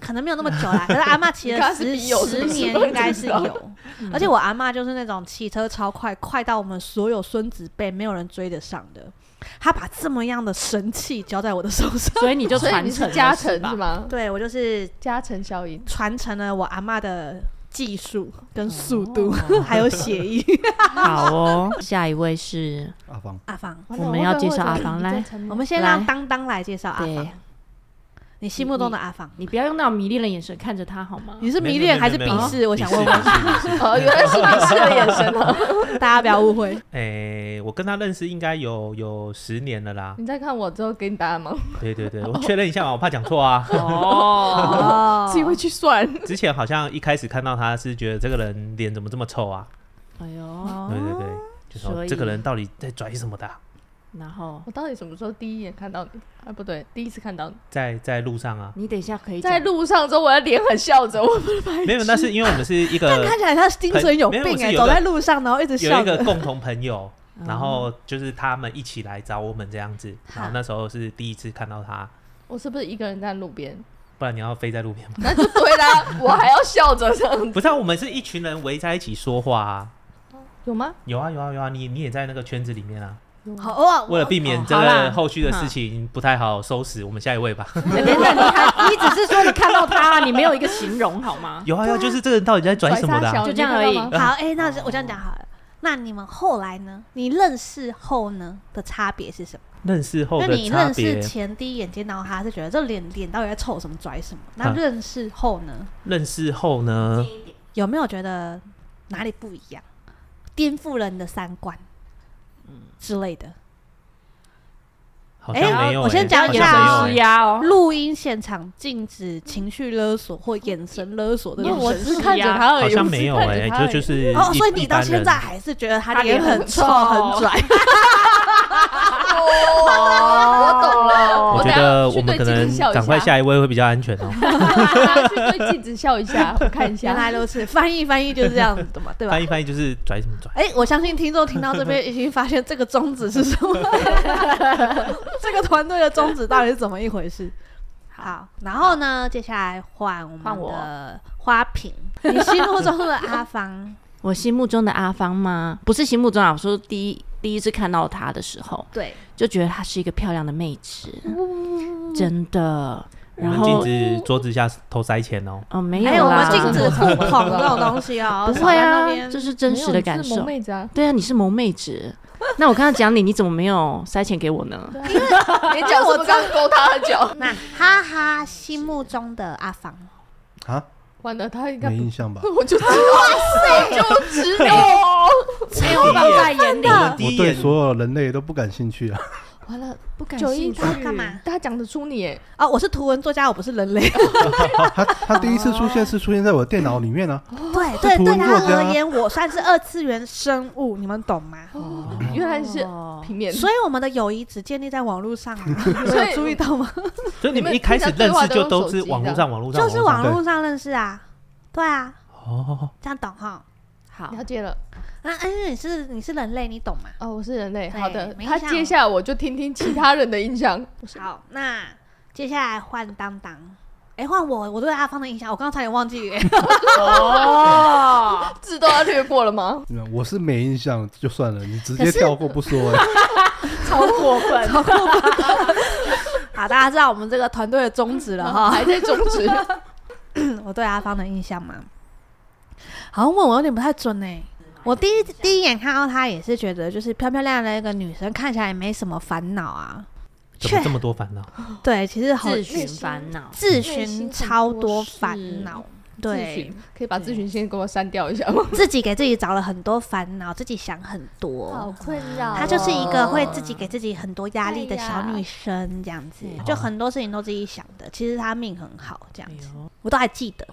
Speaker 2: 可能没有那么久啦，可是阿嬷 骑
Speaker 3: 你刚
Speaker 2: 了
Speaker 3: 刚是
Speaker 2: 十
Speaker 3: 笔友是
Speaker 2: 十
Speaker 3: 不是
Speaker 2: 年应该是有，
Speaker 3: 嗯
Speaker 2: 而且我阿嬷就是那种骑车超快，快到我们所有孙子辈没有人追得上的。她把这么样的神器交在我的手上，
Speaker 5: 所以你就
Speaker 3: 所以
Speaker 5: 传
Speaker 3: 你
Speaker 5: 承
Speaker 3: 是
Speaker 5: 了
Speaker 3: 加
Speaker 5: 是
Speaker 3: 成是
Speaker 5: 吧？
Speaker 3: 吗？
Speaker 2: 对我就是
Speaker 3: 加成效应，
Speaker 2: 传承了我阿嬷的技术跟速度，
Speaker 3: 哦
Speaker 2: 还有写意。
Speaker 5: 好哦，下一位是
Speaker 1: 阿芳，
Speaker 2: 阿芳，
Speaker 5: 我们要介绍阿房来，
Speaker 3: 嗯
Speaker 2: 我们先让
Speaker 5: 来
Speaker 2: 当当来介绍阿
Speaker 5: 对
Speaker 2: 芳，你心目中的阿芳，
Speaker 5: 你不要用那种迷恋的眼神看着他好吗？
Speaker 2: 你是迷
Speaker 4: 没嗯没
Speaker 2: 恋
Speaker 4: 没
Speaker 2: 还是
Speaker 4: 没没
Speaker 2: 鄙视？我想
Speaker 4: 鄙视
Speaker 2: 问问，
Speaker 4: 鄙视鄙视
Speaker 3: 哦，原来是 鄙视的眼神啊！
Speaker 2: 大家不要误会。
Speaker 4: 哎，我跟他认识应该有有十年了 啦。
Speaker 3: 你在看我之后给你答案吗？
Speaker 4: 对对对，我确认一下嘛，我怕讲错啊。
Speaker 5: 哦，
Speaker 2: 哦
Speaker 3: 自己会去算。
Speaker 4: 之前好像一开始看到他是觉得这个人脸怎么这么臭啊？
Speaker 5: 哎呦，
Speaker 2: 哦
Speaker 4: 对对对，就
Speaker 5: 所
Speaker 4: 说
Speaker 5: 以
Speaker 4: 这个人到底在拽什么的啊、
Speaker 5: 然后，
Speaker 3: 我到底什么时候第一眼看到你？啊，不对，第一次看到你，
Speaker 4: 在在路上啊
Speaker 5: 你等一下可以
Speaker 3: 在
Speaker 5: 讲
Speaker 3: 路上之后，我的脸很笑着，我不是白痴
Speaker 4: 没有，那是因为我们是一
Speaker 2: 但
Speaker 4: 个
Speaker 2: 哎 看起来他精神有
Speaker 4: 没有我
Speaker 2: 病
Speaker 4: 是
Speaker 2: 哎，
Speaker 4: 有
Speaker 2: 走
Speaker 4: 一个
Speaker 2: 在路上然后一直
Speaker 4: 有
Speaker 2: 笑哦
Speaker 4: 一个
Speaker 2: 着。
Speaker 4: 共同朋友，
Speaker 5: 嗯
Speaker 4: 然后就是他们一起来找我们这样子，然后那时候是第一次看到他，
Speaker 3: 我是不是一个人在路 边？
Speaker 4: 不然你要飞在路边吗？
Speaker 3: 那就对啦，我还要笑着这样子，
Speaker 4: 不是、啊，我们是一群人围在一起说话啊。
Speaker 3: 有吗？
Speaker 4: 有啊有啊有啊，你你也在那个圈子里面啊。
Speaker 2: 好哇，
Speaker 4: 为了避
Speaker 5: 哦
Speaker 4: 免这
Speaker 5: 好啦
Speaker 4: 个后续的事情不太好收拾，我们下一位吧。
Speaker 5: 哎等等，你还你 只是说你看到他，你没有一个形容好吗？
Speaker 4: 有啊有啊，就是这个人到底在拽什么的啊、
Speaker 3: 小
Speaker 5: 就这样而已
Speaker 3: 你看到吗
Speaker 2: 好，哎、那我这样讲好了。那你们后来呢？你认识后呢的差别是什么？
Speaker 4: 认识后
Speaker 2: 那
Speaker 4: 的
Speaker 2: 你
Speaker 4: 差
Speaker 2: 认识
Speaker 4: 别，
Speaker 2: 前第一眼见到他是觉得这脸脸到底在臭什么拽什么？那
Speaker 4: 啊
Speaker 2: 认识后呢，
Speaker 4: 认识后呢，
Speaker 2: 有没有觉得哪里不一样，颠覆了你的三观，之类的？
Speaker 4: 好
Speaker 2: 哎
Speaker 4: 像没有、欸
Speaker 2: 我先讲
Speaker 4: 好
Speaker 2: 一
Speaker 4: 像
Speaker 2: 下
Speaker 4: 没
Speaker 2: 啊
Speaker 4: 有欸
Speaker 5: 呀
Speaker 3: 嗯
Speaker 5: 哦，
Speaker 2: 录音现场禁止情绪勒索或眼神勒索的
Speaker 3: 哦因
Speaker 2: 那
Speaker 3: 为
Speaker 2: 种
Speaker 3: 我
Speaker 2: 神啊
Speaker 3: 只是
Speaker 2: 圣
Speaker 3: 看着他而已，
Speaker 4: 好像没有
Speaker 3: 哎、
Speaker 4: 哎、就就是是
Speaker 2: 哦，
Speaker 4: 一
Speaker 2: 所以你
Speaker 4: 一
Speaker 2: 到
Speaker 4: 般
Speaker 2: 现
Speaker 4: 人
Speaker 2: 在还是觉得他
Speaker 5: 他
Speaker 2: 脸
Speaker 5: 脸
Speaker 2: 很
Speaker 5: 很
Speaker 2: 臭
Speaker 5: 臭
Speaker 2: 很拽，
Speaker 3: 哦我懂了。
Speaker 4: 我
Speaker 3: 等
Speaker 4: 觉
Speaker 3: 下
Speaker 4: 得我
Speaker 3: 去
Speaker 4: 们
Speaker 3: 对
Speaker 4: 可
Speaker 3: 镜
Speaker 4: 能
Speaker 3: 子笑一
Speaker 4: 赶快
Speaker 3: 下，
Speaker 4: 下一位会比较安全哦。
Speaker 3: 大家去对镜子笑一下，我看一
Speaker 2: 原
Speaker 3: 下。
Speaker 2: 来如此。翻译翻译就是这样子的嘛，对吧
Speaker 4: 翻？译翻译就是拽什么拽，
Speaker 2: 哎、我相信听众听到这边已经发现这个宗旨是什么，这个团队的宗旨到底是怎么一回事。好，然后呢，接下来换我
Speaker 3: 换
Speaker 2: 们
Speaker 3: 我
Speaker 2: 的花瓶，你心目中的阿芳，
Speaker 5: 我心目中的阿芳吗？不是心目中啊，我说第一第一次看到她的时候，
Speaker 2: 对，
Speaker 5: 就觉得她是一个漂亮的妹子，真的。
Speaker 4: 我
Speaker 5: 然
Speaker 4: 们禁
Speaker 5: 后
Speaker 4: 止桌子下偷塞钱哦。
Speaker 5: 哦，没
Speaker 2: 还有
Speaker 5: 有
Speaker 2: 我们
Speaker 5: 啦，
Speaker 2: 禁止互捧这种东西哦，
Speaker 5: 不会啊
Speaker 2: 少在那，边
Speaker 5: 这是真实的感受。
Speaker 3: 妹子 啊，
Speaker 5: 对啊，你是萌妹子。那我刚刚讲你，你怎么没有塞钱给我呢？
Speaker 3: 你哎 讲我刚勾他的脚，
Speaker 2: 那哈哈，心目中的阿芳，
Speaker 1: 啊，
Speaker 3: 完了，他应该
Speaker 1: 没
Speaker 3: 不
Speaker 1: 印，象吧？
Speaker 3: 我就知道，我就知 道，
Speaker 5: 没有放在眼里。
Speaker 4: 第
Speaker 1: 我
Speaker 4: 一
Speaker 1: 对
Speaker 4: 眼
Speaker 1: 所有人类都不感兴趣啊。
Speaker 3: 完了，
Speaker 5: 不感
Speaker 3: 九一
Speaker 5: 兴趣。
Speaker 3: 他
Speaker 2: 干嘛？
Speaker 3: 他讲得出你耶，
Speaker 2: 啊、我是图文作家，我不是人类。
Speaker 1: 他他第一次出现是出现在我的电脑里面啊，
Speaker 2: 对对
Speaker 1: 图
Speaker 2: 对，
Speaker 1: 文
Speaker 2: 他
Speaker 1: 作家
Speaker 2: 而言，我算是二次元生物，你们懂吗？
Speaker 3: 原来是
Speaker 5: 哦
Speaker 3: 平面，
Speaker 2: 所以我们的友谊只建立在网 络上、啊，你
Speaker 3: 所
Speaker 2: 有
Speaker 3: 以
Speaker 2: 注意到吗？
Speaker 4: 所以你们一
Speaker 3: 你们
Speaker 4: 开始认识就
Speaker 3: 平常对话都用
Speaker 4: 都
Speaker 3: 手
Speaker 4: 是
Speaker 3: 机
Speaker 4: 网络上，网络上，
Speaker 2: 就是
Speaker 4: 网
Speaker 2: 网
Speaker 4: 络上
Speaker 2: 络上认识啊，对啊，
Speaker 4: 哦，
Speaker 2: 这样懂哈？
Speaker 5: 好
Speaker 3: 了，解了。
Speaker 2: 那、啊、因为你是你是人类，你懂吗？
Speaker 3: 哦，我是人类，
Speaker 2: 对
Speaker 3: 好的。
Speaker 2: 没
Speaker 3: 他
Speaker 2: 印象
Speaker 3: 接下来我就听听其他人的印 象。
Speaker 2: 好，那接下来换当当。哎，换我，我对阿芳的印象，我刚刚差点忘记。哎
Speaker 5: 哦，
Speaker 3: 字都要略过了吗？
Speaker 1: 你们我是没印象就算了，你直
Speaker 2: 可
Speaker 1: 接
Speaker 2: 是
Speaker 1: 跳过不说、欸。
Speaker 5: 超过分。
Speaker 2: 好，大家知道我们这个团队的宗旨了哈。
Speaker 3: 还在终止。
Speaker 2: 嗯我对阿芳的印象嘛，好像问我有点不太准哎、我第一第一眼看到她也是觉得就是漂漂亮亮的一个女生，看起来也没什么烦恼啊。
Speaker 4: 怎么这么多烦恼？
Speaker 2: 对，其实好
Speaker 5: 哦自寻烦恼。
Speaker 2: 自
Speaker 3: 内心
Speaker 2: 寻
Speaker 3: 很
Speaker 2: 超
Speaker 3: 多
Speaker 2: 多
Speaker 3: 事
Speaker 2: 烦恼，
Speaker 3: 咨
Speaker 2: 对
Speaker 3: 询，可以把咨询先给我删掉一下吗？
Speaker 2: 自己给自己找了很多烦恼，自己想很多。
Speaker 3: 困扰
Speaker 5: 啊
Speaker 2: 她就是一个会自己给自己很多压力的小女生，这样子，
Speaker 5: 哎呀
Speaker 2: 就很多事情都自己想的。其实她命很好，这
Speaker 5: 哎
Speaker 2: 样子，
Speaker 5: 呦
Speaker 2: 我都还记得。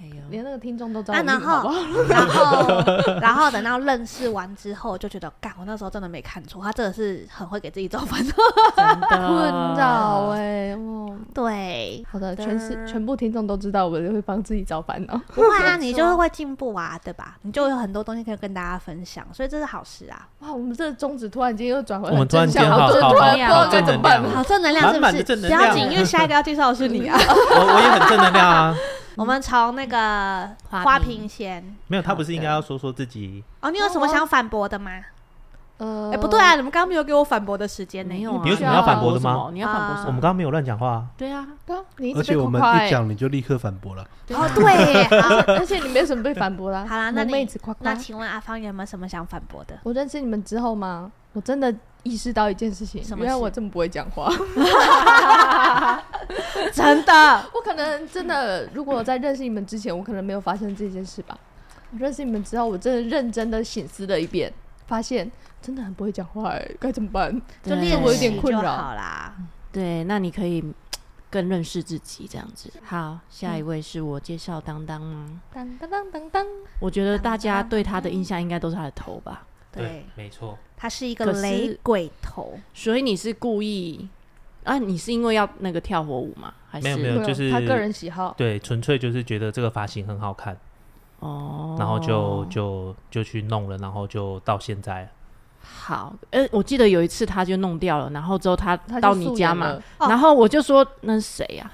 Speaker 5: 哎呦，
Speaker 3: 连啊那个听众都知
Speaker 2: 那
Speaker 3: 道我
Speaker 2: 然
Speaker 3: 命好不
Speaker 2: 后 然
Speaker 3: 好。，
Speaker 2: 后，然后等到认识完之后，就觉得，干，我那时候真的没看错，他真的是很会给自己找烦恼。
Speaker 5: 真的
Speaker 3: 困扰哎、哦，
Speaker 2: 对，
Speaker 3: 好的，全是全部听众都知道，我就会帮自己找烦恼。
Speaker 2: 不会啊，你就会进步啊，对吧？你就有很多东西可以跟大家分享，所以这是好事啊，
Speaker 3: 哇，我们这个宗旨突然间又转回
Speaker 4: 我们
Speaker 3: 很正
Speaker 4: 突然间
Speaker 3: 向，好正
Speaker 4: 好
Speaker 3: 突然不
Speaker 5: 好
Speaker 3: 知道该
Speaker 4: 好
Speaker 3: 怎么办
Speaker 4: 正
Speaker 2: 好
Speaker 4: 能量啊
Speaker 3: 了。
Speaker 2: 正能量是不
Speaker 4: 满满的
Speaker 2: 是？
Speaker 4: 正能
Speaker 2: 不
Speaker 4: 量
Speaker 2: 要紧，因为下一个要介绍的是你 啊。
Speaker 4: 我 我也很正能量啊。
Speaker 2: 我们从那个
Speaker 5: 花
Speaker 2: 花
Speaker 5: 瓶
Speaker 2: 瓶先。
Speaker 4: 没有，他不是应该要说说自己？
Speaker 2: 哦，你有什么想反驳的吗？
Speaker 3: 呃
Speaker 2: 哎、不对啊，你们刚刚没有给我反驳的时间呢。
Speaker 5: 没有啊，
Speaker 4: 你有
Speaker 3: 什么要反
Speaker 4: 驳的吗
Speaker 5: 什么你要反驳
Speaker 2: 啊
Speaker 5: 什
Speaker 4: 我
Speaker 5: 么？
Speaker 4: 们刚刚没有乱讲话啊，
Speaker 5: 对啊，
Speaker 3: 对啊，你一
Speaker 1: 而
Speaker 3: 直
Speaker 1: 且
Speaker 3: 被
Speaker 1: 我
Speaker 3: 夸
Speaker 1: 们
Speaker 3: 夸
Speaker 1: 一
Speaker 3: 哎、
Speaker 1: 讲你就立刻反驳了。
Speaker 2: 哦，对耶，好，
Speaker 3: 而且你没什么被反驳啦、
Speaker 2: 好啦那
Speaker 3: 我
Speaker 2: 你
Speaker 3: 妹子夸夸
Speaker 2: 那。请问阿芳有没有什么想反驳 的？
Speaker 3: 我认识你们之后吗？我真的意识到一件事情，
Speaker 2: 什么
Speaker 3: 原来
Speaker 2: 事
Speaker 3: 我这么不会讲 话。
Speaker 2: 真的，
Speaker 3: 我可能真的，如果在认识你们之前，我可能没有发生这件事吧。我认识你们之后，我真的认真的醒思了一遍，发现真的很不会讲话、哎，该怎么办？
Speaker 2: 啊就
Speaker 5: 对啊
Speaker 2: 练
Speaker 3: 我有
Speaker 2: 习
Speaker 3: 点
Speaker 2: 就
Speaker 3: 困扰
Speaker 2: 好啦。
Speaker 4: 嗯
Speaker 5: 对，那你可以嘖更认识自己这样子。好，下一位是我介绍当当吗？
Speaker 3: 当当当当当，
Speaker 5: 我觉得大家对他的印象应该都是他的头吧，
Speaker 2: 对，
Speaker 4: 没错。
Speaker 2: 他是一个
Speaker 5: 可是
Speaker 2: 雷鬼头，
Speaker 5: 所以你是故意啊？你是因为要那个跳火舞吗？还是
Speaker 4: 没有没有就是
Speaker 3: 他个人喜好。
Speaker 4: 对，纯粹就是觉得这个发型很好看，
Speaker 5: 哦，
Speaker 4: 然后就就就去弄了，然后就到现在。
Speaker 5: 好，呃，我记得有一次他就弄掉了，然后之后他
Speaker 3: 他就
Speaker 5: 到你
Speaker 3: 素
Speaker 5: 家
Speaker 3: 颜
Speaker 5: 嘛
Speaker 3: 了，
Speaker 2: 哦
Speaker 5: 然后我就说那是谁呀？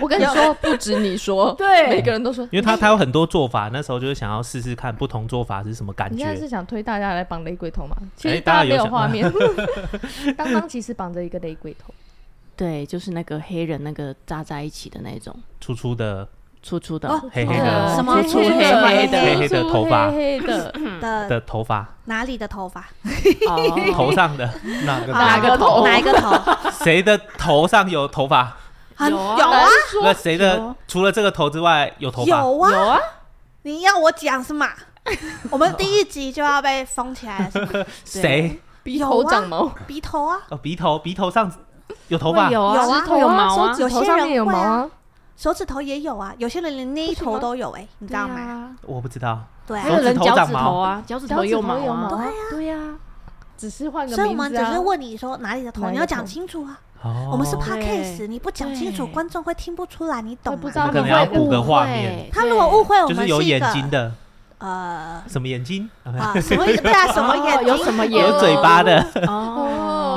Speaker 3: 我跟你说，不止 你说，
Speaker 5: 对
Speaker 3: 每个人都说，
Speaker 4: 因为他他有很多做法，那时候就是想要试试看不同做法是什么感
Speaker 3: 你现在是
Speaker 4: 觉。
Speaker 3: 想推大家来绑雷鬼头吗？其
Speaker 4: 哎
Speaker 3: 实
Speaker 4: 大家
Speaker 3: 没有
Speaker 4: 有想
Speaker 3: 画面。 当当其实绑着一个雷鬼头，
Speaker 5: 对，就是那个黑人那个扎在一起的那种，
Speaker 4: 粗粗的
Speaker 5: 粗粗的，
Speaker 2: 哦
Speaker 4: 黑黑
Speaker 3: 啊
Speaker 4: 的
Speaker 2: 什么
Speaker 5: 粗黑黑的
Speaker 4: 黑黑的头发
Speaker 3: 黑黑的，
Speaker 2: 的
Speaker 4: 的头发，
Speaker 2: 哪里的头发？
Speaker 5: 哦，
Speaker 4: 头上的
Speaker 1: 哪个
Speaker 2: 好
Speaker 5: 哪个头
Speaker 2: 啊哪一个头？
Speaker 4: 谁的头上有头发？
Speaker 2: 很
Speaker 5: 有啊
Speaker 2: 有
Speaker 3: 哦
Speaker 2: 啊，
Speaker 4: 那谁
Speaker 5: 有
Speaker 4: 的除了这个头之外有头发？
Speaker 2: 有啊，你要我讲是 吗？我们第一集就要被封起来了，是吗
Speaker 4: 谁？
Speaker 3: 鼻头长毛，
Speaker 2: 鼻头啊，
Speaker 4: 哦，鼻头鼻头上有头
Speaker 5: 会
Speaker 4: 发？
Speaker 5: 有啊，
Speaker 2: 有啊
Speaker 5: 指头有毛啊
Speaker 3: 手，指头上面有毛啊，
Speaker 2: 手指头也有啊，有些人连那一
Speaker 3: 为什
Speaker 2: 头
Speaker 3: 么
Speaker 2: 都有哎，
Speaker 3: 啊
Speaker 2: 你知道吗？
Speaker 4: 我不知道。
Speaker 2: 对
Speaker 5: 还
Speaker 2: 啊，
Speaker 5: 有人
Speaker 4: 手指头
Speaker 5: 脚
Speaker 4: 长
Speaker 5: 趾
Speaker 4: 毛
Speaker 5: 头啊，脚趾
Speaker 3: 脚
Speaker 5: 头
Speaker 3: 趾
Speaker 5: 有
Speaker 3: 头
Speaker 5: 毛
Speaker 3: 有
Speaker 5: 啊
Speaker 3: 毛，啊，
Speaker 5: 对呀，
Speaker 3: 只是换个
Speaker 2: 所以我
Speaker 3: 名
Speaker 2: 们
Speaker 3: 字
Speaker 2: 只是
Speaker 3: 啊。
Speaker 2: 问你说哪里的头，
Speaker 3: 哪
Speaker 2: 你
Speaker 3: 里
Speaker 2: 要
Speaker 3: 的
Speaker 2: 讲
Speaker 3: 头
Speaker 2: 清楚啊。
Speaker 4: 哦，
Speaker 2: 我们是
Speaker 5: 怕
Speaker 2: podcast，你不讲清楚，
Speaker 5: 对
Speaker 2: 观众会听不出来，你懂
Speaker 3: 会不
Speaker 2: 吗
Speaker 3: 知？道
Speaker 4: 我们可能要补个画面，
Speaker 2: 他如果误
Speaker 5: 会
Speaker 2: 会我
Speaker 4: 就
Speaker 2: 们
Speaker 4: 是有
Speaker 2: 一
Speaker 4: 眼
Speaker 2: 个
Speaker 4: 睛的，
Speaker 2: 呃
Speaker 4: 什么眼睛？
Speaker 2: 啊什么对啊什么眼睛
Speaker 5: 哦有什么眼
Speaker 4: 有嘴巴的，
Speaker 5: 哦，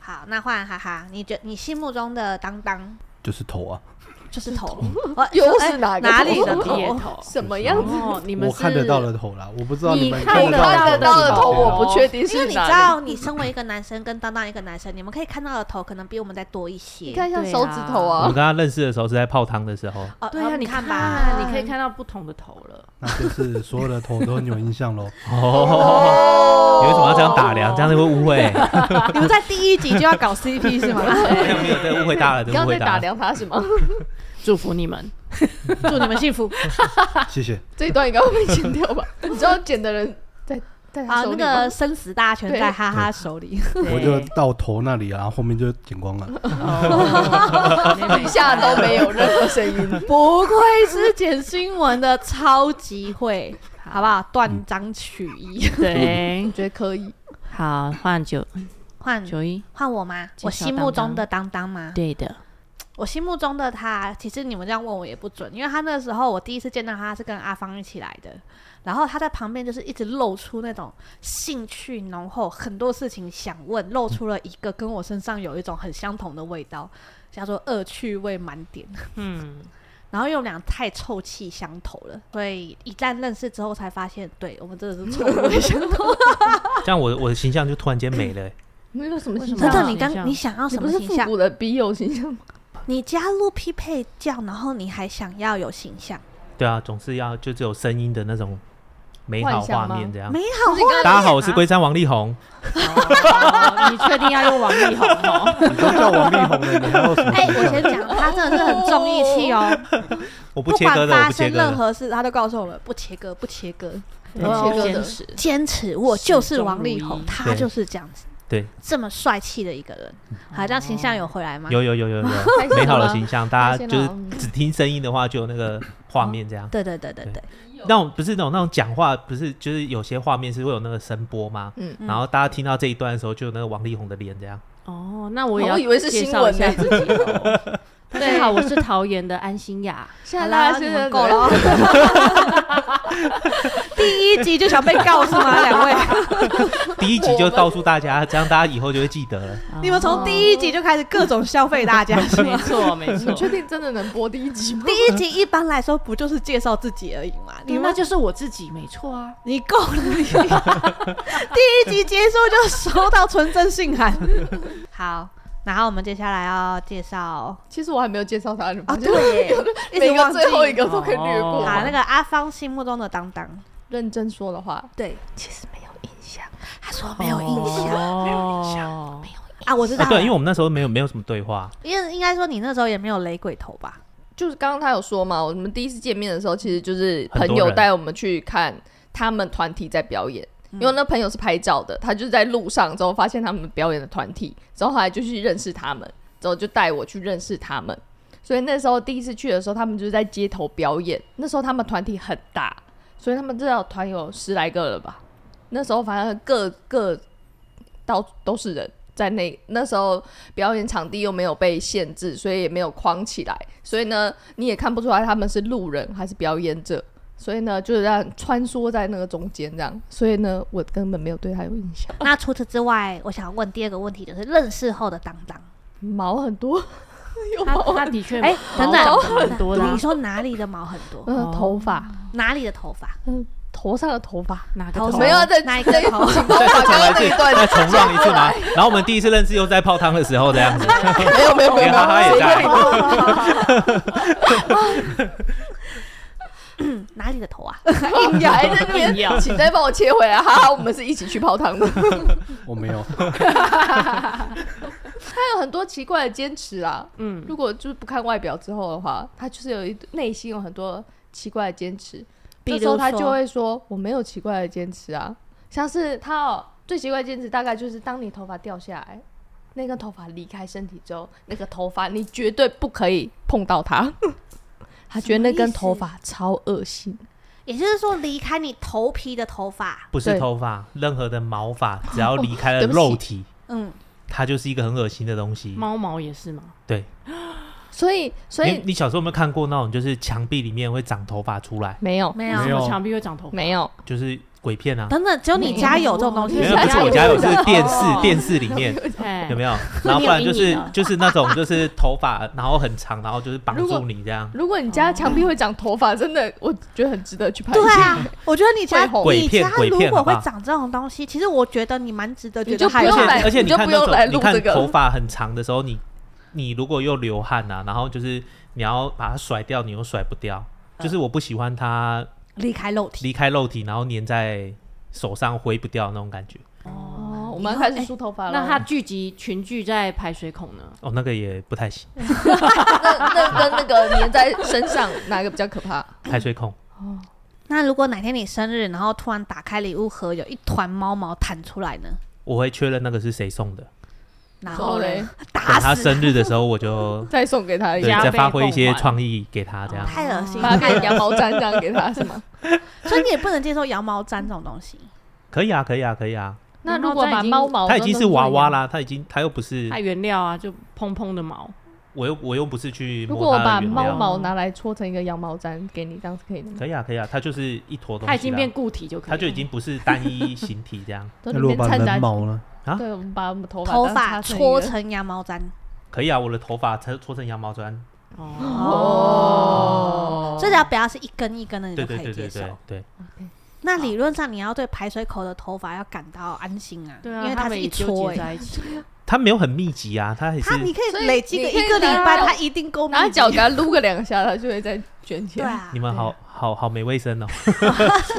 Speaker 2: 好，那换哈哈，你觉你心目中的当当
Speaker 1: 就是头啊，
Speaker 2: 就是头，我
Speaker 3: 又
Speaker 2: 说
Speaker 3: 是
Speaker 2: 哎
Speaker 3: 哪个
Speaker 2: 哪
Speaker 3: 头
Speaker 2: 里的
Speaker 5: 头
Speaker 2: 头？
Speaker 3: 什么样子？
Speaker 5: 哦，你们
Speaker 1: 我
Speaker 5: 是
Speaker 1: 看得到的头啦，我不知道
Speaker 5: 你
Speaker 1: 们
Speaker 5: 看
Speaker 1: 得
Speaker 5: 得
Speaker 1: 到
Speaker 5: 到
Speaker 1: 的
Speaker 5: 的
Speaker 3: 到
Speaker 1: 是
Speaker 3: 的
Speaker 1: 哪
Speaker 3: 头
Speaker 1: 里
Speaker 3: 我不确定
Speaker 2: 因为
Speaker 3: 是
Speaker 2: 你知
Speaker 3: 哪里。
Speaker 2: 道，你身为一个男生跟当当一个男生，你们可以看到的头可能比我们再多一些。
Speaker 3: 你看像手指头
Speaker 4: 我
Speaker 3: 啊
Speaker 4: 们，刚刚认识的时候是在泡汤的时候，
Speaker 2: 哦，
Speaker 5: 对
Speaker 2: 然
Speaker 5: 啊，
Speaker 2: 后
Speaker 5: 你
Speaker 2: 你看吧，
Speaker 5: 吧，你可以看到不同的头了。
Speaker 1: 那就是所有的头都很有印象喽。
Speaker 4: 哦，你为什么要这样打量？这样子会 误会。
Speaker 2: 你们在第一集就 要搞 CP 是吗？
Speaker 4: 没有没有，这误会大了，
Speaker 3: 你
Speaker 4: 这
Speaker 3: 刚
Speaker 4: 误嗯会
Speaker 3: 刚在
Speaker 4: 大
Speaker 3: 打
Speaker 4: 了。
Speaker 3: 量他是吗？
Speaker 5: 祝福你们，
Speaker 2: 祝你们幸福。
Speaker 1: 谢谢。
Speaker 3: 这一段应该会被剪掉吧？你知道剪的人在在他
Speaker 2: 啊，
Speaker 3: 手
Speaker 2: 那
Speaker 3: 里吗
Speaker 2: 个生死大权在哈哈手里，
Speaker 1: 我就
Speaker 5: 对
Speaker 1: 到头那里啊，然后后面就剪光了。
Speaker 5: 哦妹妹
Speaker 3: 底下都没有任何声音。
Speaker 2: 不愧是剪新闻的超级会，好不好？断章取义。
Speaker 5: 对
Speaker 3: 我，觉得可以，
Speaker 5: 好，换九
Speaker 2: 换
Speaker 5: 九一，
Speaker 2: 换我吗？
Speaker 5: 介绍
Speaker 2: 我心目中的当当吗？
Speaker 5: 对的，
Speaker 2: 我心目中的他，其实你们这样问我也不准，因为他那时候我第一次见到他是跟阿芳一起来的，然后他在旁边就是一直露出那种兴趣浓厚，很多事情想问，露出了一个跟我身上有一种很相同的味道，叫做恶趣味满点。
Speaker 5: 嗯，
Speaker 2: 然后因为我们俩太臭气相投了，所以一旦认识之后才发现，对我们真的是臭味相 投。
Speaker 4: 这样我的我的形象就突然间没了。
Speaker 3: 没有什么形
Speaker 5: 为什
Speaker 3: 象
Speaker 5: 么
Speaker 2: 真的，你
Speaker 5: 形
Speaker 3: 啊。
Speaker 2: 刚
Speaker 5: 象
Speaker 2: 你想要
Speaker 3: 你
Speaker 2: 什
Speaker 3: 不
Speaker 2: 么
Speaker 3: 是
Speaker 2: 形
Speaker 3: 复
Speaker 2: 象？
Speaker 3: 古的笔友形象吗？
Speaker 2: 你加入匹配教，然后你还想要有形象，
Speaker 4: 对啊，总是要就只有声音的那种美好画面这样
Speaker 2: 美。好啊
Speaker 3: 就是刚
Speaker 4: 大家好，我是龟山王力宏。
Speaker 5: 哦 你确定要用王力宏哦？
Speaker 1: 你都叫王力宏了，你还有什么
Speaker 2: 哎、
Speaker 1: 印
Speaker 2: 我
Speaker 1: 象？
Speaker 2: 先讲，他真的是很重义气哦，
Speaker 4: 我 不
Speaker 2: 不
Speaker 4: 切割
Speaker 2: 管
Speaker 4: 的，我
Speaker 2: 发
Speaker 4: 不切
Speaker 2: 生
Speaker 4: 割
Speaker 2: 任
Speaker 4: 的。
Speaker 2: 何事，他都告诉我们不切割，不切割，
Speaker 5: 对
Speaker 2: 啊
Speaker 3: 哦
Speaker 5: 坚持，
Speaker 2: 坚持我就是王力
Speaker 5: 始终如
Speaker 2: 宏
Speaker 5: 一，
Speaker 2: 他
Speaker 4: 对
Speaker 2: 就是这样子，
Speaker 4: 对，
Speaker 2: 这么帅气的一个人。好，这样形象有回来吗？
Speaker 4: 有有有有有，
Speaker 3: 开心了吗
Speaker 4: 美好的形象，大
Speaker 3: 开
Speaker 4: 家
Speaker 3: 心了
Speaker 4: 就是
Speaker 3: 嗯
Speaker 4: 只听声音的话，就有那个画面这样。
Speaker 2: 对对对对对，
Speaker 4: 那种不是那种那种讲话，不是就是有些画面是会有那个声波吗？
Speaker 3: 嗯
Speaker 4: 然后大家听到这一段的时候，就有那个王力宏的脸这样。
Speaker 5: 哦，那我也要
Speaker 3: 我以为是
Speaker 5: 介
Speaker 3: 新
Speaker 5: 绍
Speaker 3: 闻
Speaker 5: 一下
Speaker 3: 呢
Speaker 5: 自己 哦。大
Speaker 3: 对
Speaker 5: 家好，我是桃园的安心雅。
Speaker 3: 现
Speaker 2: 好
Speaker 3: 在大
Speaker 2: 啦，
Speaker 3: 家
Speaker 2: 你
Speaker 3: 现
Speaker 2: 们
Speaker 3: 在
Speaker 2: 够了哦。 第一集就想被告是吗？两位，
Speaker 4: 第一集就告诉大家，这样大家以后就会记得了。
Speaker 2: 你们从第一集就开始各种消费大家是
Speaker 5: 没
Speaker 2: 吗？
Speaker 5: 错没
Speaker 3: 你
Speaker 5: 错，
Speaker 3: 确定真的能播第一集吗？
Speaker 2: 第一集一般来说不就是介绍自己而已嘛？你
Speaker 5: 你
Speaker 2: 们
Speaker 5: 那就是我自己，没错啊。
Speaker 2: 你够了你！ 第一集结束就收到纯正信函。 好，然后我们接下来要介绍
Speaker 3: 其实我还没有介绍他呢，
Speaker 2: 啊，
Speaker 3: 我觉得
Speaker 2: 对， 一
Speaker 3: 每
Speaker 2: 直
Speaker 3: 个
Speaker 2: 忘记
Speaker 3: 最后一个都可以略
Speaker 5: 哦
Speaker 3: 过。
Speaker 2: 啊，那个阿芳心目中的当当，
Speaker 3: 认真说的话，
Speaker 2: 对，其实没有印象，他说没有印象、
Speaker 5: 哦，
Speaker 2: 哦啊，我知道
Speaker 4: 啊，
Speaker 2: 了、
Speaker 4: 对，因为我们那时候没有没有什么对话，
Speaker 2: 因为应该说你那时候也没有雷鬼头吧？
Speaker 3: 就是刚刚他有说嘛，我们第一次见面的时候，其实就是
Speaker 4: 很
Speaker 3: 朋
Speaker 4: 多
Speaker 3: 友
Speaker 4: 人
Speaker 3: 带我们去看他们团体在表演。
Speaker 4: 嗯
Speaker 3: 因为那朋友是拍照的，他就是在路上之后发现他们表演的团体，之后后来就去认识他们，之后就带我去认识他们。所以那时候第一次去的时候，他们就是在街头表演。那时候他们团体很大，所以他们至少团有十来个了吧。那时候反正各各到都是人，在那那时候表演场地又没有被限制，所以也没有框起来，所以呢你也看不出来他们是路人还是表演者，所以呢就是让穿梭在那个中间这样，所以呢我根本没有对他有印象，
Speaker 2: 那除此之外，我想问第二个问题，就是认识后的当当。
Speaker 3: 毛很多， 有
Speaker 5: 他
Speaker 3: 毛，
Speaker 5: 他的确
Speaker 2: 哎、等等，哦
Speaker 5: 毛很多的啊
Speaker 2: 你说哪里的毛很多？
Speaker 3: 嗯，头发
Speaker 2: 哪里的头发？
Speaker 3: 头上的头发，
Speaker 5: 哪个
Speaker 2: 头
Speaker 5: 头
Speaker 2: 没
Speaker 3: 没有啊在
Speaker 2: 哪一个头？
Speaker 4: 再再重来一
Speaker 3: 那一
Speaker 4: 次，
Speaker 3: 段
Speaker 4: 再重让一次嘛。然后我们第一次认识又在泡汤的时候这样子，
Speaker 3: 没有没有没有，
Speaker 4: 连哈哈哎也在。
Speaker 2: 哪里的头啊？
Speaker 3: 硬要还在那边，请再帮我切回来，哈哈，我们是一起去泡汤的。
Speaker 1: 我没有，
Speaker 3: 他有很多奇怪的坚持啊。
Speaker 5: 嗯
Speaker 3: 如果就是不看外表之后的话，他就是有一内心有很多奇怪的坚持。
Speaker 5: 比
Speaker 3: 这
Speaker 5: 如
Speaker 3: 时候他
Speaker 5: 说
Speaker 3: 就会说：“我没有奇怪的坚持啊。”像是他、哦、最奇怪的坚持，大概就是当你头发掉下来，那根头发离开身体之后，那个头发你绝对不可以碰 到它。他觉得那根头发超恶心，
Speaker 2: 也就是说，离开你头皮的头发，
Speaker 4: 不是
Speaker 3: 对哦
Speaker 4: 头发，任何的毛发，只要离开了
Speaker 3: 对不起
Speaker 4: 肉体，
Speaker 2: 嗯，
Speaker 4: 它就是一个很恶心的东西。
Speaker 5: 猫毛也是吗？
Speaker 4: 对，
Speaker 3: 所以所
Speaker 4: 你
Speaker 3: 以
Speaker 4: 你小时候有没有看过那种就是墙壁里面会长头发出来，
Speaker 3: 没有
Speaker 2: 没有
Speaker 1: 没。有
Speaker 5: 我墙壁会长头发，
Speaker 3: 没有
Speaker 4: 就是鬼片啊？
Speaker 2: 等等，只有你家有这种东西，
Speaker 5: 没
Speaker 4: 没
Speaker 5: 有
Speaker 4: 有，不是我家有，是电视
Speaker 5: 哦
Speaker 4: 电视里面
Speaker 5: 哎
Speaker 4: 有没有？
Speaker 5: 有
Speaker 4: 然后不然就
Speaker 5: 阴
Speaker 4: 是
Speaker 3: 啊
Speaker 5: 影了
Speaker 4: 就是那种就是头发然后很长，然后就是绑
Speaker 3: 如果
Speaker 4: 住你这样。
Speaker 3: 如果你家墙壁会长头发，真的，我觉得很值得去拍一
Speaker 2: 对
Speaker 3: 下。
Speaker 2: 啊， 我觉得你家
Speaker 3: 会红
Speaker 2: 你家
Speaker 4: 鬼片
Speaker 2: 如
Speaker 4: 鬼片
Speaker 2: 果
Speaker 4: 好不
Speaker 2: 会
Speaker 4: 好
Speaker 2: 长这种东西，其实我觉得你蛮值得觉
Speaker 3: 你
Speaker 2: 得
Speaker 3: 就不
Speaker 2: 害
Speaker 4: 而
Speaker 3: 用
Speaker 4: 且
Speaker 2: 怕
Speaker 3: 来
Speaker 2: 的。
Speaker 4: 而且
Speaker 3: 你
Speaker 4: 你
Speaker 3: 就
Speaker 4: 看
Speaker 3: 不
Speaker 4: 那
Speaker 3: 用
Speaker 4: 种，
Speaker 3: 来
Speaker 4: 你
Speaker 3: 录
Speaker 4: 看
Speaker 3: 这个
Speaker 4: 头发很长的时候，你你如果又流汗啊，然后就是你要把它甩掉，你又甩不掉。
Speaker 3: 嗯
Speaker 4: 就是我不喜欢它
Speaker 2: 离开肉体，
Speaker 4: 离开肉体，然后粘在手上挥不掉那种感觉。
Speaker 3: 哦，我们要开始梳头发了。
Speaker 5: 那他聚集群聚在排水孔呢？
Speaker 4: 哦，那个也不太行，
Speaker 3: 那那跟那个粘在身上哪个比较可 怕？
Speaker 4: 排水孔。
Speaker 2: 那如果哪天你生日，然后突然打开礼物盒，有一团猫毛弹出来呢？
Speaker 4: 我会确认那个是谁送的，
Speaker 2: 然后嘞
Speaker 3: 嘞，，
Speaker 4: 等
Speaker 2: 打
Speaker 4: 他
Speaker 2: 死，
Speaker 4: 生日的时候，我 就
Speaker 3: 再送给他一
Speaker 4: 对
Speaker 5: 加
Speaker 3: 下，
Speaker 4: 再发
Speaker 5: 倍
Speaker 4: 挥一
Speaker 5: 奉
Speaker 4: 些
Speaker 5: 还
Speaker 4: 创意给他这样。
Speaker 2: 太恶心
Speaker 3: 把
Speaker 2: 了
Speaker 3: 它。变羊毛毡这样给他是吗？
Speaker 2: 所以你也不能接受羊毛毡这种东西。
Speaker 4: 可以啊，可以啊，可以啊。
Speaker 3: 那如果把猫毛，
Speaker 4: 他已经是娃娃。 啦，他已经他又不是
Speaker 5: 它，原料啊，就蓬蓬的毛，
Speaker 4: 我又我又不是去
Speaker 3: 如果我
Speaker 4: 摸他
Speaker 3: 把
Speaker 4: 的原
Speaker 3: 猫
Speaker 4: 料。
Speaker 3: 毛拿来搓成一个羊毛毡给你，这样是可以的吗？
Speaker 4: 可以啊，可以啊，它就是一坨东西啦。
Speaker 5: 它已经变固体就可以了，
Speaker 4: 它就已经不是单一形体这样。
Speaker 3: 都
Speaker 1: 那
Speaker 3: 里
Speaker 1: 如果把
Speaker 3: 面掺杂
Speaker 1: 人。毛呢？
Speaker 4: 啊
Speaker 3: 对，我们把我们头发
Speaker 2: 头
Speaker 3: 当
Speaker 2: 发
Speaker 3: 插成一
Speaker 2: 搓
Speaker 3: 个
Speaker 2: 成羊毛毡，
Speaker 4: 可以啊，我的头发搓搓成羊毛毡，
Speaker 5: 哦，
Speaker 3: 哦，
Speaker 2: 所以只要不要是一根一根的，你
Speaker 4: 对
Speaker 2: 就
Speaker 4: 对
Speaker 2: 可以
Speaker 4: 对
Speaker 2: 接
Speaker 4: 对
Speaker 2: 受。
Speaker 4: 对对，
Speaker 2: 那理论上你要对排水口的头发要感到安心啊，
Speaker 5: 对啊，
Speaker 2: 因为
Speaker 5: 它
Speaker 2: 它是
Speaker 5: 们
Speaker 2: 一
Speaker 5: 也纠
Speaker 2: 撮
Speaker 5: 结
Speaker 2: 哎、
Speaker 5: 在一起了，
Speaker 4: 它没有很密集啊，它也是
Speaker 2: 他你可
Speaker 3: 所
Speaker 2: 以
Speaker 3: 以
Speaker 2: 累积个
Speaker 3: 你可以
Speaker 2: 一个礼
Speaker 3: 拿
Speaker 2: 拜，
Speaker 3: 脚
Speaker 2: 他一定够密
Speaker 3: 拿
Speaker 2: 集
Speaker 3: 脚给它撸个两下，它就会再卷起
Speaker 2: 对
Speaker 3: 来。
Speaker 2: 啊，
Speaker 4: 你们
Speaker 3: 对
Speaker 4: 好好好没卫生哦，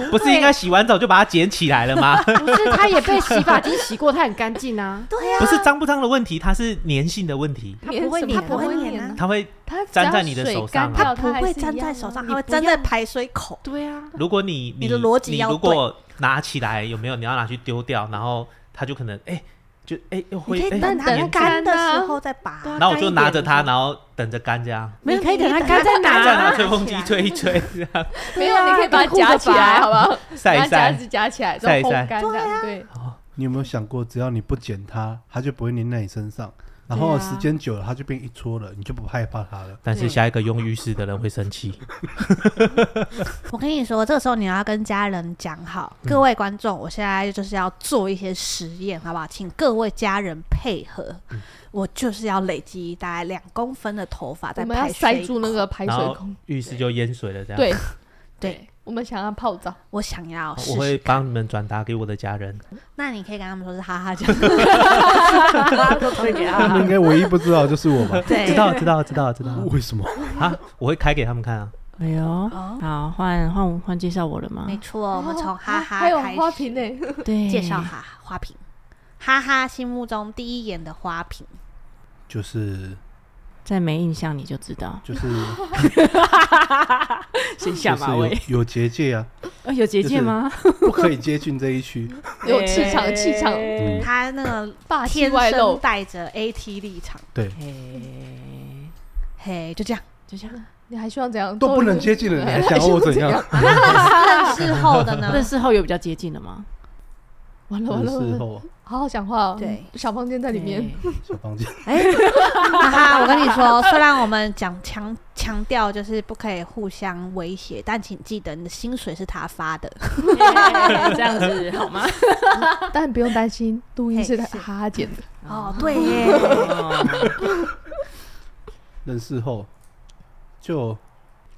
Speaker 4: 不是应该洗完澡就把它捡起来了吗？
Speaker 5: 不是，它也被洗发精洗过，它很干净啊，
Speaker 2: 对呀，
Speaker 4: 不是脏不脏的问题，它是粘性的问题，
Speaker 5: 它不会
Speaker 3: 粘
Speaker 5: 黏啊，
Speaker 3: 什么
Speaker 2: 它不会黏啊
Speaker 4: 它会
Speaker 3: 它只
Speaker 4: 粘
Speaker 3: 要
Speaker 4: 在你的
Speaker 3: 水
Speaker 4: 手
Speaker 3: 干
Speaker 4: 上啊
Speaker 3: 掉
Speaker 2: 不
Speaker 3: 还
Speaker 2: 会
Speaker 3: 是
Speaker 2: 粘
Speaker 3: 一
Speaker 2: 在
Speaker 3: 样
Speaker 2: 手
Speaker 3: 啊
Speaker 2: 上，
Speaker 5: 你
Speaker 2: 它会
Speaker 5: 不
Speaker 2: 粘在
Speaker 5: 要
Speaker 2: 排水口。
Speaker 5: 对啊，
Speaker 4: 如果你
Speaker 2: 你
Speaker 4: 你
Speaker 2: 的逻辑
Speaker 4: 你
Speaker 2: 要
Speaker 4: 如果拿起来有没有你要拿去丢掉，然后它就可能哎、就哎、又
Speaker 2: 你
Speaker 4: 会
Speaker 2: 可以
Speaker 4: 哎，
Speaker 2: 等
Speaker 3: 等
Speaker 2: 它
Speaker 3: 它
Speaker 2: 干
Speaker 3: 干
Speaker 2: 的
Speaker 3: 啊
Speaker 2: 时候再拔。
Speaker 5: 对啊
Speaker 4: 然后我就拿着它，
Speaker 5: 干一点
Speaker 4: 然后等着干这样，
Speaker 5: 没有，
Speaker 2: 你
Speaker 5: 可以
Speaker 2: 可以
Speaker 5: 等它
Speaker 2: 等
Speaker 5: 干
Speaker 2: 它
Speaker 5: 再拿，
Speaker 4: 再拿吹风机吹一吹，这样
Speaker 3: 没有，
Speaker 5: 对啊
Speaker 3: 你可以把它夹起来，好不 好？
Speaker 4: 晒一
Speaker 3: 把它夹
Speaker 4: 晒。
Speaker 3: 子夹起来，
Speaker 4: 晒一晒
Speaker 3: 然后烘干这样。对，
Speaker 1: 你有没有想过，只要你不剪它，它就不会粘在你身上，然后
Speaker 5: 对啊
Speaker 1: 时间久了，它就变一撮了，你就不害怕它 了。
Speaker 4: 但是
Speaker 5: 对
Speaker 4: 下一个用浴室的人会生气，
Speaker 2: 我跟你说，这个时候你要跟家人讲好，
Speaker 4: 嗯
Speaker 2: 各位观众，我现在就是要做一些实验，好不好？请各位家人配合，
Speaker 4: 嗯
Speaker 2: 我就是要累积大概两公分的头发在
Speaker 3: 我们要
Speaker 2: 排
Speaker 3: 塞
Speaker 2: 水
Speaker 3: 住那
Speaker 2: 口
Speaker 3: 个排水
Speaker 4: 然后
Speaker 3: 孔。
Speaker 4: 浴室就淹水了这样。
Speaker 3: 对，
Speaker 2: 对，
Speaker 3: 我们想要泡澡，
Speaker 2: 我想要试
Speaker 4: 我
Speaker 2: 试
Speaker 4: 会帮你们转达给我的家人。
Speaker 2: 那你可以跟他们说是哈哈讲，？
Speaker 5: 都可以给
Speaker 1: 他们应该唯一不知道的就是我吧
Speaker 2: 对，
Speaker 4: 知道，知道，知道，知道
Speaker 1: 为什么？
Speaker 4: 啊！我会开给他们看啊。
Speaker 5: 哎呦，
Speaker 2: 哦，
Speaker 5: 好，换换换介绍我了吗
Speaker 2: 没？错，哦我们从哈哈
Speaker 3: 啊哦还有
Speaker 2: 开
Speaker 3: 花
Speaker 2: 始
Speaker 3: 瓶呢，
Speaker 5: 对，
Speaker 2: 介绍哈哈花瓶，哈哈心目中第一眼的花瓶，
Speaker 1: 就是，
Speaker 5: 再没印象你就知道
Speaker 1: 就是
Speaker 5: 谁下
Speaker 1: 就
Speaker 5: 马
Speaker 1: 是
Speaker 5: 威？
Speaker 1: 有有结界啊，
Speaker 5: 哦有结界吗？
Speaker 1: 不可以接近这一区。
Speaker 3: 有气场
Speaker 5: 哎
Speaker 3: 气场
Speaker 1: 嗯，
Speaker 2: 他那个
Speaker 3: 霸气
Speaker 2: 天
Speaker 3: 啊外
Speaker 2: 生
Speaker 3: 露。
Speaker 2: 带着 AT 立场，
Speaker 1: 对，
Speaker 5: 哎，
Speaker 2: 嘿，就这样。
Speaker 5: 就像
Speaker 3: 你还希望怎样？
Speaker 1: 都不能接近了，你 还
Speaker 3: 啊
Speaker 1: 想要我怎样？
Speaker 2: 那认识后的呢？
Speaker 5: 认识后有比较接近了吗？
Speaker 3: 完了完了，完
Speaker 1: 事
Speaker 3: 了
Speaker 1: 后
Speaker 3: 好好讲话哦。
Speaker 2: 对，
Speaker 3: 小房间在里面。
Speaker 5: 对
Speaker 1: 小房间，
Speaker 2: 哎， 哈哈，我跟你说，虽然我们讲强强调就是不可以互相威胁，但请记得你的薪水是他发的。
Speaker 5: 这样子好吗？
Speaker 3: 但不用担心，录音
Speaker 2: 嘿
Speaker 3: 是
Speaker 2: 是
Speaker 3: 哈哈剪的。
Speaker 2: 哦，对耶，
Speaker 5: 哦，
Speaker 1: 认识后就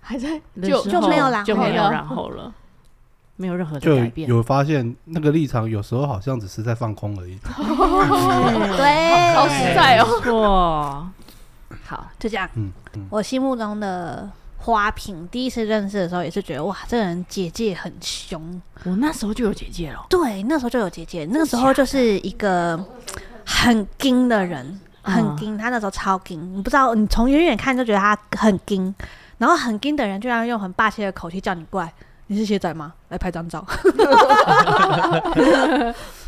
Speaker 3: 还在
Speaker 5: 认
Speaker 3: 就
Speaker 5: 识
Speaker 2: 就没有
Speaker 5: 后
Speaker 2: 然
Speaker 5: 就
Speaker 2: 后
Speaker 5: 没有
Speaker 3: 了
Speaker 5: 然后了，没有任何的
Speaker 1: 就
Speaker 5: 改变。
Speaker 1: 有发现那个立场，有时候好像只是在放空而 已。
Speaker 2: 嗯对，
Speaker 3: 好实在哦。
Speaker 5: 没错，好，
Speaker 2: 就这样。
Speaker 1: 嗯嗯，
Speaker 2: 我心目中的花瓶，第一次认识的时候也是觉得哇，这个人结界很凶。
Speaker 5: 我那时候就有结界了。
Speaker 2: 对，那时候就有结界，那个时候就是一个很精的人，很
Speaker 5: 嗯
Speaker 2: 精。他那时候超精，你不知道，你从远远看就觉得他很精，然后很精的人居然用很霸气的口气叫你过来，你是鞋仔吗？来拍张照。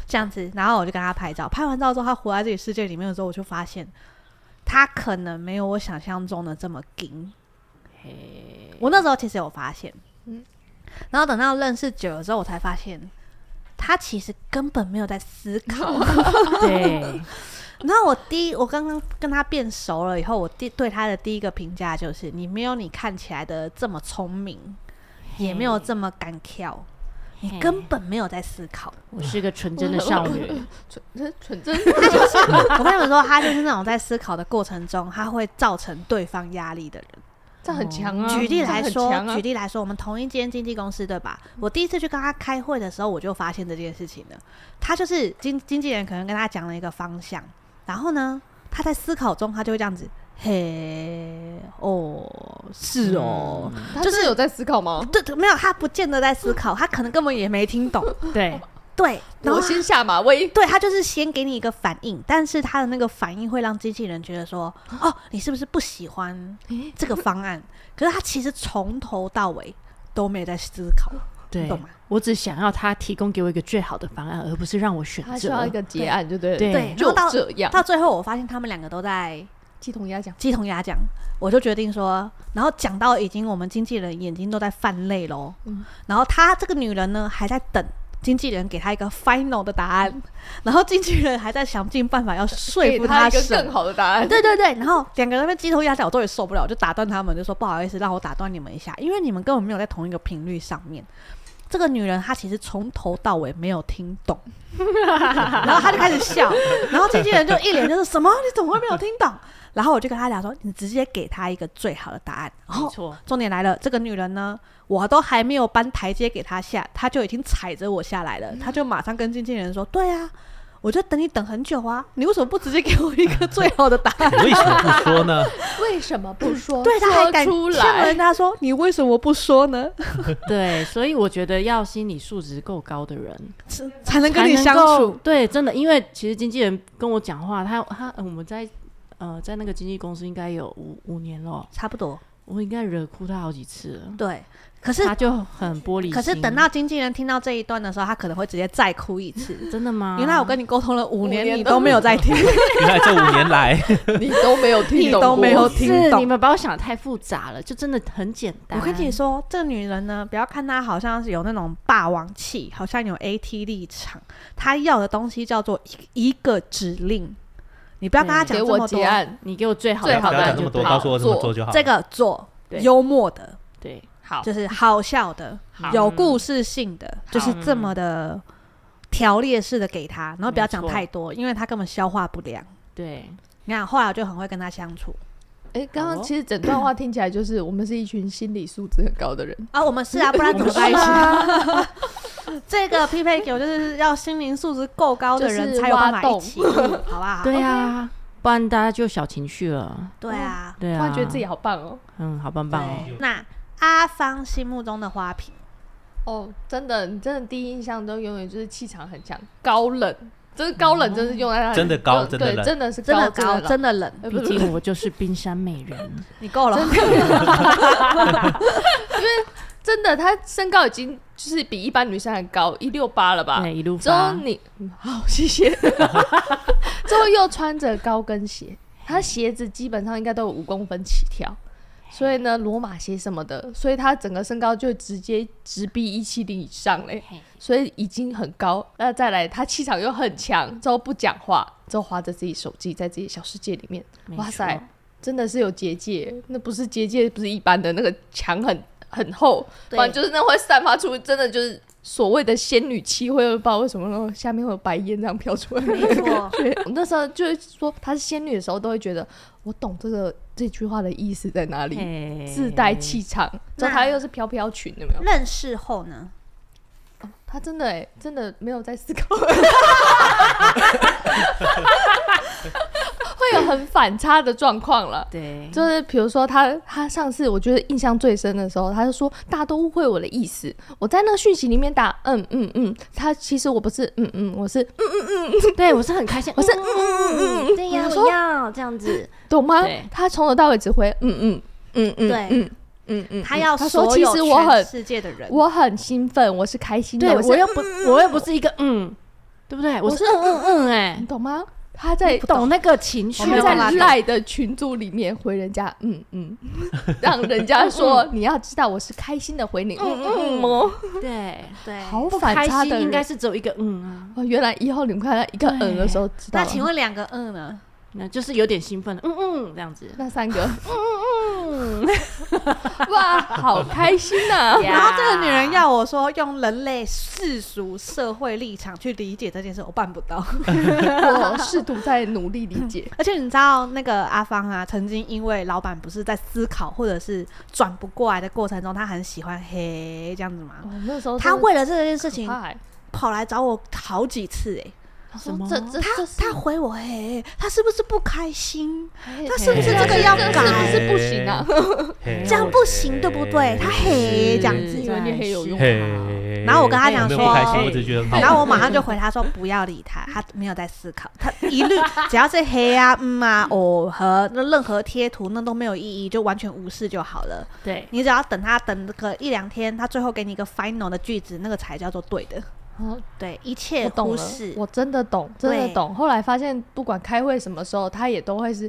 Speaker 2: 这样子，然后我就跟他拍照。拍完照之后，他活在自己世界里面的时候，我就发现他可能没有我想象中的这么精。我那时候其实有发现，嗯
Speaker 3: 嗯，
Speaker 2: 然后等到认识久了之后，我才发现他其实根本没有在思考。
Speaker 5: 对，
Speaker 2: 然后我第一，我刚刚跟他变熟了以后，我第对他的第一个评价就是：你没有你看起来的这么聪明，也没有这么敢跳，你
Speaker 5: 嘿
Speaker 2: 根本没有在思考。
Speaker 5: 我是个纯真的少女，
Speaker 3: 纯真纯真，
Speaker 2: 哦我跟你们说，他就是那种在思考的过程中，他会造成对方压力的人。
Speaker 3: 这很强啊。
Speaker 2: 举例来说，
Speaker 3: 这很强啊
Speaker 2: 举例来说，我们同一间经纪公司对吧？我第一次去跟他开会的时候，我就发现这件事情了。他就是经经纪人，可能跟他讲了一个方向，然后呢，他在思考中，他就会这样子，嘿，哦，是哦。
Speaker 3: 他
Speaker 2: 就
Speaker 3: 真的有在思考吗？
Speaker 2: 对，对没有，他不见得在思考，他可能根本也没听 懂。
Speaker 5: 对，
Speaker 2: 对，然后
Speaker 3: 我
Speaker 2: 他
Speaker 3: 先下马威。
Speaker 2: 对他就是先给你一个反应，但是他的那个反应会让经纪人觉得说，哦，你是不是不喜欢
Speaker 3: 诶
Speaker 2: 这个方案？可是他其实从头到尾都没有在思考，你
Speaker 5: 对
Speaker 2: 懂吗？
Speaker 5: 我只想要他提供给我一个最好的方案，而不是让我选
Speaker 3: 他需要
Speaker 5: 择
Speaker 3: 一。个结案，对不对？
Speaker 5: 对
Speaker 2: 对，然
Speaker 3: 就
Speaker 2: 后到
Speaker 3: 这样。
Speaker 2: 到最后，我发现他们两个都在
Speaker 3: 鸡同鸭讲，
Speaker 2: 鸡同鸭讲，我就决定说，然后讲到已经我们经纪人眼睛都在泛泪喽，
Speaker 3: 嗯
Speaker 2: 然后她这个女人呢还在等。经纪人给她一个 final 的答案，然后经纪人还在想尽办法要说
Speaker 3: 嗯给
Speaker 2: 服
Speaker 3: 他一个
Speaker 2: 什么
Speaker 3: 更好的答案。
Speaker 2: 对对对，然后两个人被鸡头鸭脚，我都也受不了，我就打断他们，就说不好意思，让我打断你们一下，因为你们根本没有在同一个频率上面。这个女人她其实从头到尾没有听懂，然后她就开始笑，然后经纪人就一脸就是什么你怎么会没有听懂？然后我就跟她讲说，你直接给她一个最好的答案。然
Speaker 5: 没
Speaker 2: 后
Speaker 5: 错，
Speaker 2: 重点来了，这个女人呢，我都还没有嗯搬台阶给她下，她就已经踩着我下来了，她就马上跟经纪人说，对啊。我就等你等很久啊，你为什么不直接给我一个最好的答 案？
Speaker 4: 为什么不说呢？
Speaker 3: 为什么不说？
Speaker 2: 嗯对，他还敢
Speaker 3: 说出
Speaker 2: 呛
Speaker 3: 来
Speaker 2: 人，家说你为什么不说呢？
Speaker 5: 对，所以我觉得要心理素质够高的人
Speaker 2: 才能 跟
Speaker 5: 才
Speaker 2: 你相
Speaker 5: 够
Speaker 2: 处。
Speaker 5: 对，真的，因为其实经纪人跟我讲话，他他、呃我们在呃在那个经纪公司应该有五五年了，
Speaker 2: 差不多，
Speaker 5: 我应该惹哭他好几次了，
Speaker 2: 对。可是
Speaker 5: 他就很玻璃心。
Speaker 2: 可是等到经纪人听到这一段的时候，他可能会直接再哭一次。
Speaker 5: 真的吗？
Speaker 2: 原来我跟你沟通了五
Speaker 3: 五年
Speaker 2: 年，你
Speaker 3: 都
Speaker 2: 都没有在听，
Speaker 4: 原来这五年来，
Speaker 3: 你都没有
Speaker 2: 你
Speaker 3: 听懂过，
Speaker 2: 都没有听
Speaker 5: 是
Speaker 2: 懂
Speaker 5: 你。们把我想的太复杂了，就真的很简单。
Speaker 2: 我跟你说，这女人呢，不要看她好像是有那种霸王气，好像有 AT 立场，她要的东西叫做一一个指令。你不要跟她讲
Speaker 3: 给
Speaker 2: 这么多，
Speaker 3: 我结案，
Speaker 5: 你给我最好
Speaker 4: 不
Speaker 5: 的
Speaker 4: 要
Speaker 3: 最好
Speaker 5: 答
Speaker 3: 的
Speaker 4: 讲
Speaker 5: 案就
Speaker 4: 这么多，
Speaker 5: 对
Speaker 4: 告诉我怎么
Speaker 3: 做
Speaker 4: 做就好。
Speaker 2: 这个做
Speaker 5: 对
Speaker 2: 幽默的，
Speaker 5: 对，
Speaker 3: 好，
Speaker 2: 就是好笑的，
Speaker 3: 好
Speaker 2: 有故事性的，就是这么的条列式的给她，然后不要讲
Speaker 5: 没错
Speaker 2: 太多，因为她根本消化不良。
Speaker 5: 对，
Speaker 2: 你看，后来我就很会跟她相处
Speaker 3: 哎，刚
Speaker 5: 好
Speaker 3: 刚
Speaker 5: 哦
Speaker 3: 其实整段话听起来就是我们是一群心理素质很高的人，
Speaker 2: 啊，我们是 啊，不然
Speaker 5: 我
Speaker 2: 怎
Speaker 5: 们
Speaker 2: 么
Speaker 5: 是
Speaker 2: 在一起？这个匹配给我就是要心灵素质够高的人
Speaker 3: 就是
Speaker 2: 才有办法
Speaker 3: 挖洞
Speaker 2: 一起，嗯 好不好？
Speaker 5: 对啊，不然大家就小情绪了。
Speaker 2: 对啊，
Speaker 5: 对
Speaker 3: 突
Speaker 5: 啊，
Speaker 3: 然觉得自己好棒哦。
Speaker 5: 嗯，好棒棒哦。
Speaker 2: 对。那阿芳心目中的花瓶，
Speaker 3: 哦，真的，你真的第一印象都永远就是气场很强，高冷，就是高冷，真是用在他
Speaker 4: 嗯真的高
Speaker 3: 对
Speaker 4: 真的
Speaker 3: 对
Speaker 4: 冷
Speaker 3: 真的是
Speaker 2: 真的
Speaker 3: 真
Speaker 2: 高，
Speaker 3: 的冷
Speaker 2: 真的冷，
Speaker 3: 呃不
Speaker 5: 毕
Speaker 3: 是不是
Speaker 5: 竟我就是冰山美人，
Speaker 2: 你够了。
Speaker 3: 真的，她身高已经就是比一般女生还高，一六八了吧？
Speaker 5: 对，一路
Speaker 3: 之后
Speaker 5: 发。
Speaker 3: 你嗯好，谢谢。 之后又穿着高跟鞋，她鞋子基本上应该都有五公分起跳，所以呢，罗马鞋什么的，所以她整个身高就直接直逼一七零以上嘞。
Speaker 5: 嘿
Speaker 3: 所以已经很高。那再来，他气场又很强，之后不讲话，之后划着自己手机，在自己小世界里面，
Speaker 5: 没
Speaker 3: 哇
Speaker 5: 错
Speaker 3: 塞，真的是有结界，那不是结界，不是一般的那个墙很很厚，
Speaker 2: 对
Speaker 3: 反正就是那会散发出真的就是。所谓的仙女气会不知道为什么，然后下面会有白烟这样飘出来。
Speaker 2: 没错，
Speaker 3: 对， 我那时候就是说她是仙女的时候，都会觉得我懂这个这句话的意思在哪里，
Speaker 5: 嘿
Speaker 3: 自带气场。之
Speaker 2: 那
Speaker 3: 后她又是飘飘裙，有没有？
Speaker 2: 认识后呢？
Speaker 3: 他真的哎、真的没有在思 考，会有很反差的状况了。
Speaker 5: 对，
Speaker 3: 就是比如说他，他上次我觉得印象最深的时候，他就说大家都误会我的意思。我在那个讯息里面打嗯嗯嗯，他其实我不是嗯嗯，我是
Speaker 5: 对 我是很开心，
Speaker 3: 我是
Speaker 5: 嗯嗯嗯，对呀，
Speaker 3: 我
Speaker 5: 我
Speaker 3: 说
Speaker 5: 要这样子，
Speaker 3: 懂吗
Speaker 5: 对？
Speaker 3: 他从头到尾只会嗯嗯嗯嗯，
Speaker 2: 对
Speaker 3: 嗯嗯嗯，
Speaker 2: 他要
Speaker 3: 他说
Speaker 2: 所
Speaker 3: 其
Speaker 2: 有
Speaker 3: 实我很
Speaker 2: 全世界的人，
Speaker 3: 我很兴奋，我是开心的，
Speaker 5: 对
Speaker 3: 是
Speaker 5: 我又不我又不是一个嗯，对不对？我是嗯嗯嗯，哎
Speaker 3: 你，懂吗？他在
Speaker 5: 不懂那个情绪
Speaker 2: 我没
Speaker 3: 他
Speaker 2: 有办
Speaker 3: 在
Speaker 2: 法
Speaker 5: 啊，
Speaker 3: 赖的群组里面回人家，嗯嗯， 让人家说你要知道我是开心的回你，嗯嗯嗯哦，
Speaker 5: 对，
Speaker 2: 对。
Speaker 3: 好
Speaker 5: 不
Speaker 3: 反
Speaker 5: 开
Speaker 3: 差
Speaker 5: 心
Speaker 3: 的人
Speaker 5: 应该是只有一个嗯啊，
Speaker 3: 哦，原来一号你们看到一个嗯的时候知
Speaker 2: 那
Speaker 3: 道了，
Speaker 2: 请问两个嗯呢？
Speaker 5: 那就是有点兴奋的，嗯嗯这样子，
Speaker 3: 那三个，嗯嗯嗯，哇，好开心啊 呐！
Speaker 5: 呀
Speaker 2: 然后这个女人要我说用人类世俗社会立场去理解这件事，我办不到。
Speaker 3: 我试图在努力理解，
Speaker 2: 而且你知道那个阿芳啊，曾经因为老板不是在思考或者是转不过来的过程中，他很喜欢嘿这样子嘛。
Speaker 3: 哦那时候
Speaker 2: 他为了这件事
Speaker 3: 事
Speaker 2: 情跑来找我好几次、欸，
Speaker 5: 什么
Speaker 3: 这这这是
Speaker 2: 他回我嘿，他是不是不开心？
Speaker 3: 哎
Speaker 2: 他是不是这个要改？
Speaker 3: 这是不是不行啊？
Speaker 4: 嘿
Speaker 2: 这样不行对不对他嘿
Speaker 4: 嗯
Speaker 2: 这样子
Speaker 5: 是
Speaker 3: 因为你很有用
Speaker 4: 嘿，
Speaker 5: 啊
Speaker 2: 然后我跟他讲
Speaker 4: 没有
Speaker 2: 说
Speaker 4: 不开心，我只是觉得很好玩。
Speaker 2: 然后我马上就回他说不要理他，他没有在思考，他一律 只要是黑啊、嗯啊、哦和那任何贴图那都没有意义，就完全无视就好了。
Speaker 5: 对，
Speaker 2: 你只要等他等个一两天，他最后给你一个 final 的句子，那个才叫做对的。
Speaker 3: 哦
Speaker 2: 对，一切
Speaker 3: 我懂
Speaker 2: 忽
Speaker 3: 了
Speaker 2: 视，。
Speaker 3: 我真的懂，真的
Speaker 2: 对
Speaker 3: 懂。后来发现，不管开会什么时候，他也都会是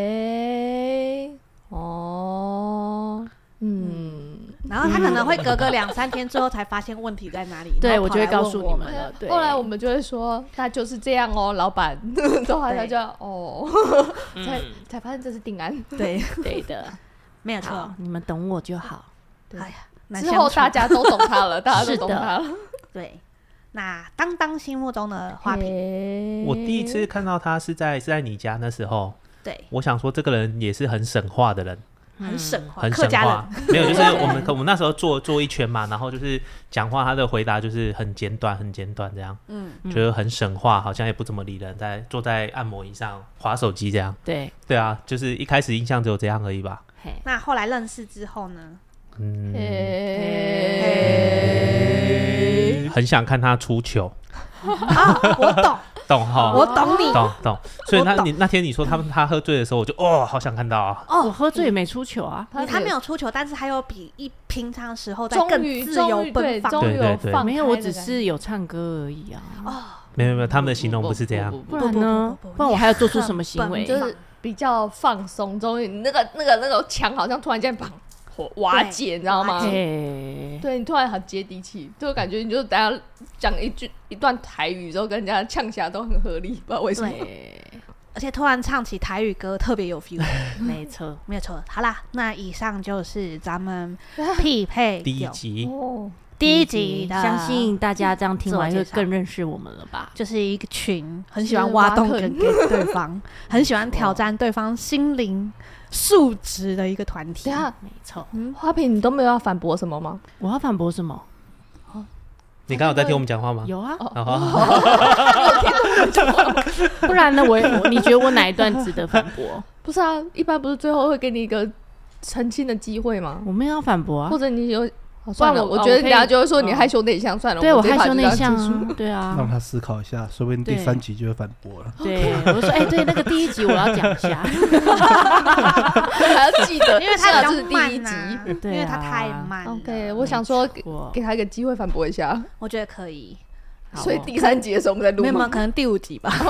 Speaker 3: 嘿，哦，嗯，
Speaker 2: 然后他可能会隔个两三天之后才发现问题在哪里。
Speaker 5: 对
Speaker 2: 然后
Speaker 5: 我就会
Speaker 2: 跑来
Speaker 5: 告
Speaker 2: 问
Speaker 5: 诉
Speaker 2: 我
Speaker 5: 你们了。对，
Speaker 3: 哎后来我们就会说，那就是这样哦，老板。然后他就哦， 才才发现这是定案。
Speaker 2: 对，
Speaker 5: 对的，
Speaker 2: 没有
Speaker 5: 好
Speaker 2: 错，。
Speaker 5: 你们懂我就好。
Speaker 3: 对
Speaker 2: 哎呀，难
Speaker 3: 之
Speaker 2: 相
Speaker 3: 后
Speaker 2: 处
Speaker 3: 大家都懂他了，大家都
Speaker 5: 是
Speaker 3: 懂
Speaker 5: 的
Speaker 3: 他了。
Speaker 2: 对。那当当心目中的花瓶，
Speaker 3: 瓶
Speaker 4: 我第一次看到他是在是在你家那时候，
Speaker 2: 对，
Speaker 4: 我想说这个人也是很省话的人，
Speaker 2: 很省话，
Speaker 4: 嗯很
Speaker 2: 客
Speaker 4: 神
Speaker 2: 家人
Speaker 4: 话，没有，就是我们可我们那时候坐坐一圈嘛，然后就是讲话，他的回答就是很简短，很简短这样，
Speaker 2: 嗯，
Speaker 5: 嗯
Speaker 4: 觉得很神话，好像也不怎么理人，在坐在按摩椅上划手机这样。
Speaker 5: 对，
Speaker 4: 对啊，就是一开始印象只有这样而已吧。
Speaker 5: 嘿，
Speaker 2: 那后来认识之后呢？
Speaker 4: 嗯，
Speaker 3: 诶
Speaker 4: 很想看他出糗，
Speaker 2: 啊，我 懂，
Speaker 4: 懂哈？
Speaker 2: 我懂
Speaker 3: 哦
Speaker 2: 你。
Speaker 4: 懂懂。所以那
Speaker 2: 我懂
Speaker 4: 你那天你说他们他喝醉的时候，我就哦，好想看到啊。
Speaker 5: 我
Speaker 2: 哦，
Speaker 5: 喝醉也没出糗啊，
Speaker 2: 他没有出糗，但是他又比一平常时候在
Speaker 3: 终
Speaker 2: 更
Speaker 3: 于
Speaker 2: 自
Speaker 3: 终
Speaker 2: 由
Speaker 3: 于对
Speaker 2: 奔放。
Speaker 3: 终
Speaker 4: 对
Speaker 3: 于
Speaker 4: 对
Speaker 3: 有
Speaker 4: 对
Speaker 3: 放
Speaker 5: 没有，我
Speaker 3: 开的
Speaker 5: 只
Speaker 3: 感
Speaker 5: 是有唱歌而已啊，
Speaker 2: 哦，
Speaker 4: 没有没有，他们的形容不是这样。
Speaker 5: 不
Speaker 2: 不
Speaker 5: 然
Speaker 2: 不
Speaker 5: 呢
Speaker 2: 不不不？
Speaker 5: 不然我还要做出什么 行为
Speaker 2: 你
Speaker 3: 觉，就
Speaker 2: 很棒
Speaker 3: 是比较放松，终于你那个那个那个墙好像突然间砰火瓦解，你知道吗
Speaker 2: 瓦？解
Speaker 5: 嘿，
Speaker 3: 对你突然很接地气，就感觉你就等下讲一句一段台语之后跟人家呛起来都很合理，不知道为什么。
Speaker 5: 对，
Speaker 2: 而且突然唱起台语歌特别有 feel，
Speaker 5: 没 错，
Speaker 2: 没有错。好啦，那以上就是咱 们匹配
Speaker 4: 第一
Speaker 2: 酒
Speaker 4: 集
Speaker 3: 哦，
Speaker 2: 第一集的，
Speaker 5: 相信大家这样听完
Speaker 2: 自我
Speaker 5: 会
Speaker 2: 介绍
Speaker 5: 更认识我们了吧？
Speaker 2: 就是一个群，很喜
Speaker 3: 是
Speaker 2: 欢挖
Speaker 3: 挖
Speaker 2: 洞
Speaker 3: 坑
Speaker 2: 给给对方，很喜欢挑战对方心灵素质的一个团体
Speaker 3: 等。下
Speaker 5: 没错，
Speaker 2: 嗯
Speaker 3: 花瓶你都没有要反驳什么吗？
Speaker 5: 我要反驳什么？
Speaker 4: 你刚好在听我们讲话吗？
Speaker 5: 有啊，
Speaker 4: 啊哈，
Speaker 5: 不然呢？我 我你觉得我哪一段值得反驳？
Speaker 3: 不是啊，一般不是最后会给你一个澄清的机会吗？
Speaker 5: 我没有要反驳 啊
Speaker 3: 或，者你有，哦
Speaker 5: 算
Speaker 3: 算
Speaker 5: 了
Speaker 3: 了，我
Speaker 5: 哦
Speaker 3: 觉
Speaker 5: 我
Speaker 3: 得
Speaker 5: 可
Speaker 3: 人
Speaker 5: 以
Speaker 3: 家就会说
Speaker 5: 嗯
Speaker 3: 你害羞内向，算了，
Speaker 5: 对我
Speaker 3: 这一
Speaker 5: 害
Speaker 3: 趴
Speaker 5: 羞
Speaker 3: 就
Speaker 5: 内
Speaker 3: 到此
Speaker 5: 向
Speaker 3: 结束
Speaker 5: 啊，对
Speaker 1: 让
Speaker 5: 啊，
Speaker 1: 他思考一下，说不定第
Speaker 5: 对
Speaker 1: 三集就会反驳了。
Speaker 5: 对，我就说哎，对，那个第一集我要讲一下，
Speaker 3: 还要记 得，
Speaker 2: 因为他比
Speaker 3: 这
Speaker 2: 较
Speaker 3: 是第一
Speaker 2: 慢
Speaker 3: 集。
Speaker 2: 啊，因
Speaker 5: 对
Speaker 2: 为他
Speaker 5: 啊
Speaker 2: 太慢了。
Speaker 3: OK，我想 说给
Speaker 5: 我
Speaker 3: 给他一个机会反驳一下，
Speaker 2: 我觉得可以，
Speaker 5: 好
Speaker 3: 所以
Speaker 5: 哦
Speaker 3: 第三集的时候我们再录
Speaker 2: 没 有没有，
Speaker 3: 吗？
Speaker 2: 可能第五集吧。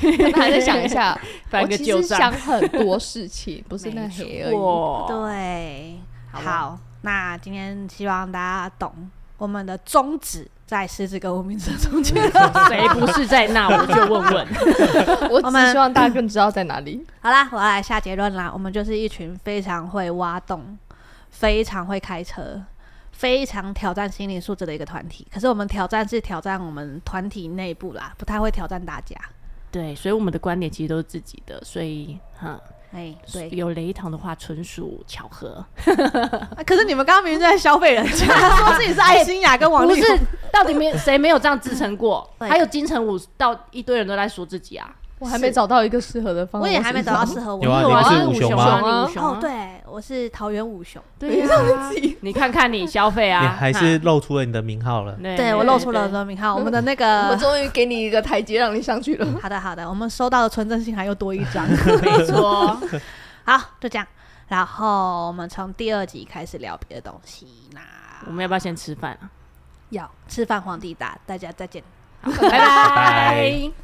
Speaker 5: 对，
Speaker 3: 可能还在想 一下，
Speaker 5: 翻
Speaker 3: 我
Speaker 5: 个
Speaker 3: 其
Speaker 5: 旧
Speaker 3: 实想
Speaker 5: 账，
Speaker 3: 很多事情，不是那黑而已。
Speaker 5: 哇
Speaker 2: 对，
Speaker 5: 好啊
Speaker 2: 好，那今天希望大家懂我们的宗旨在狮子跟无名指中间。
Speaker 5: 谁不是在那我就问 问，
Speaker 3: 我
Speaker 2: 我
Speaker 3: 只
Speaker 2: 们
Speaker 3: 希望大家更知道在哪里。
Speaker 2: 好啦，我要来下结论啦。我们就是一群非常会挖洞、非常会开车、非常挑战心理素质的一个团体。可是我们挑战是挑战我们团体内部啦，不太会挑战大家。
Speaker 5: 对，所以我们的观点其实都是自己的，所以哈，
Speaker 2: 哎、对、
Speaker 5: 有雷同的话纯属巧 合，
Speaker 2: 啊可是你们刚刚明明就在消费人家，说自己是爱心雅跟王
Speaker 5: 不
Speaker 2: 力
Speaker 5: 是
Speaker 2: 宏，
Speaker 5: 到底没谁没有这样自称 过？
Speaker 2: 对
Speaker 5: 还有金城武，到一堆人都在说自己啊，
Speaker 3: 我还没找到一个适合的方
Speaker 2: 我
Speaker 3: 案，
Speaker 2: 也还没找到适
Speaker 3: 合。
Speaker 2: 合我。
Speaker 4: 有啊
Speaker 2: 因为我
Speaker 4: 你不是五
Speaker 5: 啊五
Speaker 4: 雄
Speaker 5: 雄
Speaker 3: 吗
Speaker 5: 啊，你五雄
Speaker 2: 哦
Speaker 5: 啊，，
Speaker 2: 对，我是桃园五雄，
Speaker 5: 对呀，你看看你消费啊，
Speaker 4: 你还是
Speaker 5: 哈
Speaker 4: 露出了你的名号了。
Speaker 5: 对
Speaker 2: 对我露出了
Speaker 5: 对
Speaker 2: 说明浩，我们的那
Speaker 3: 我
Speaker 2: 个。
Speaker 3: 终于给你一个台阶让你上去了。
Speaker 2: 好的，好的，我们收到的纯正信函又多一张。
Speaker 5: 没错，
Speaker 2: 好，就这样。然后我们从第二集开始聊别的东西。那
Speaker 5: 我们要不要先吃饭啊？
Speaker 2: 要吃饭皇帝大，大家再见。
Speaker 5: 好拜
Speaker 4: 拜
Speaker 5: 拜。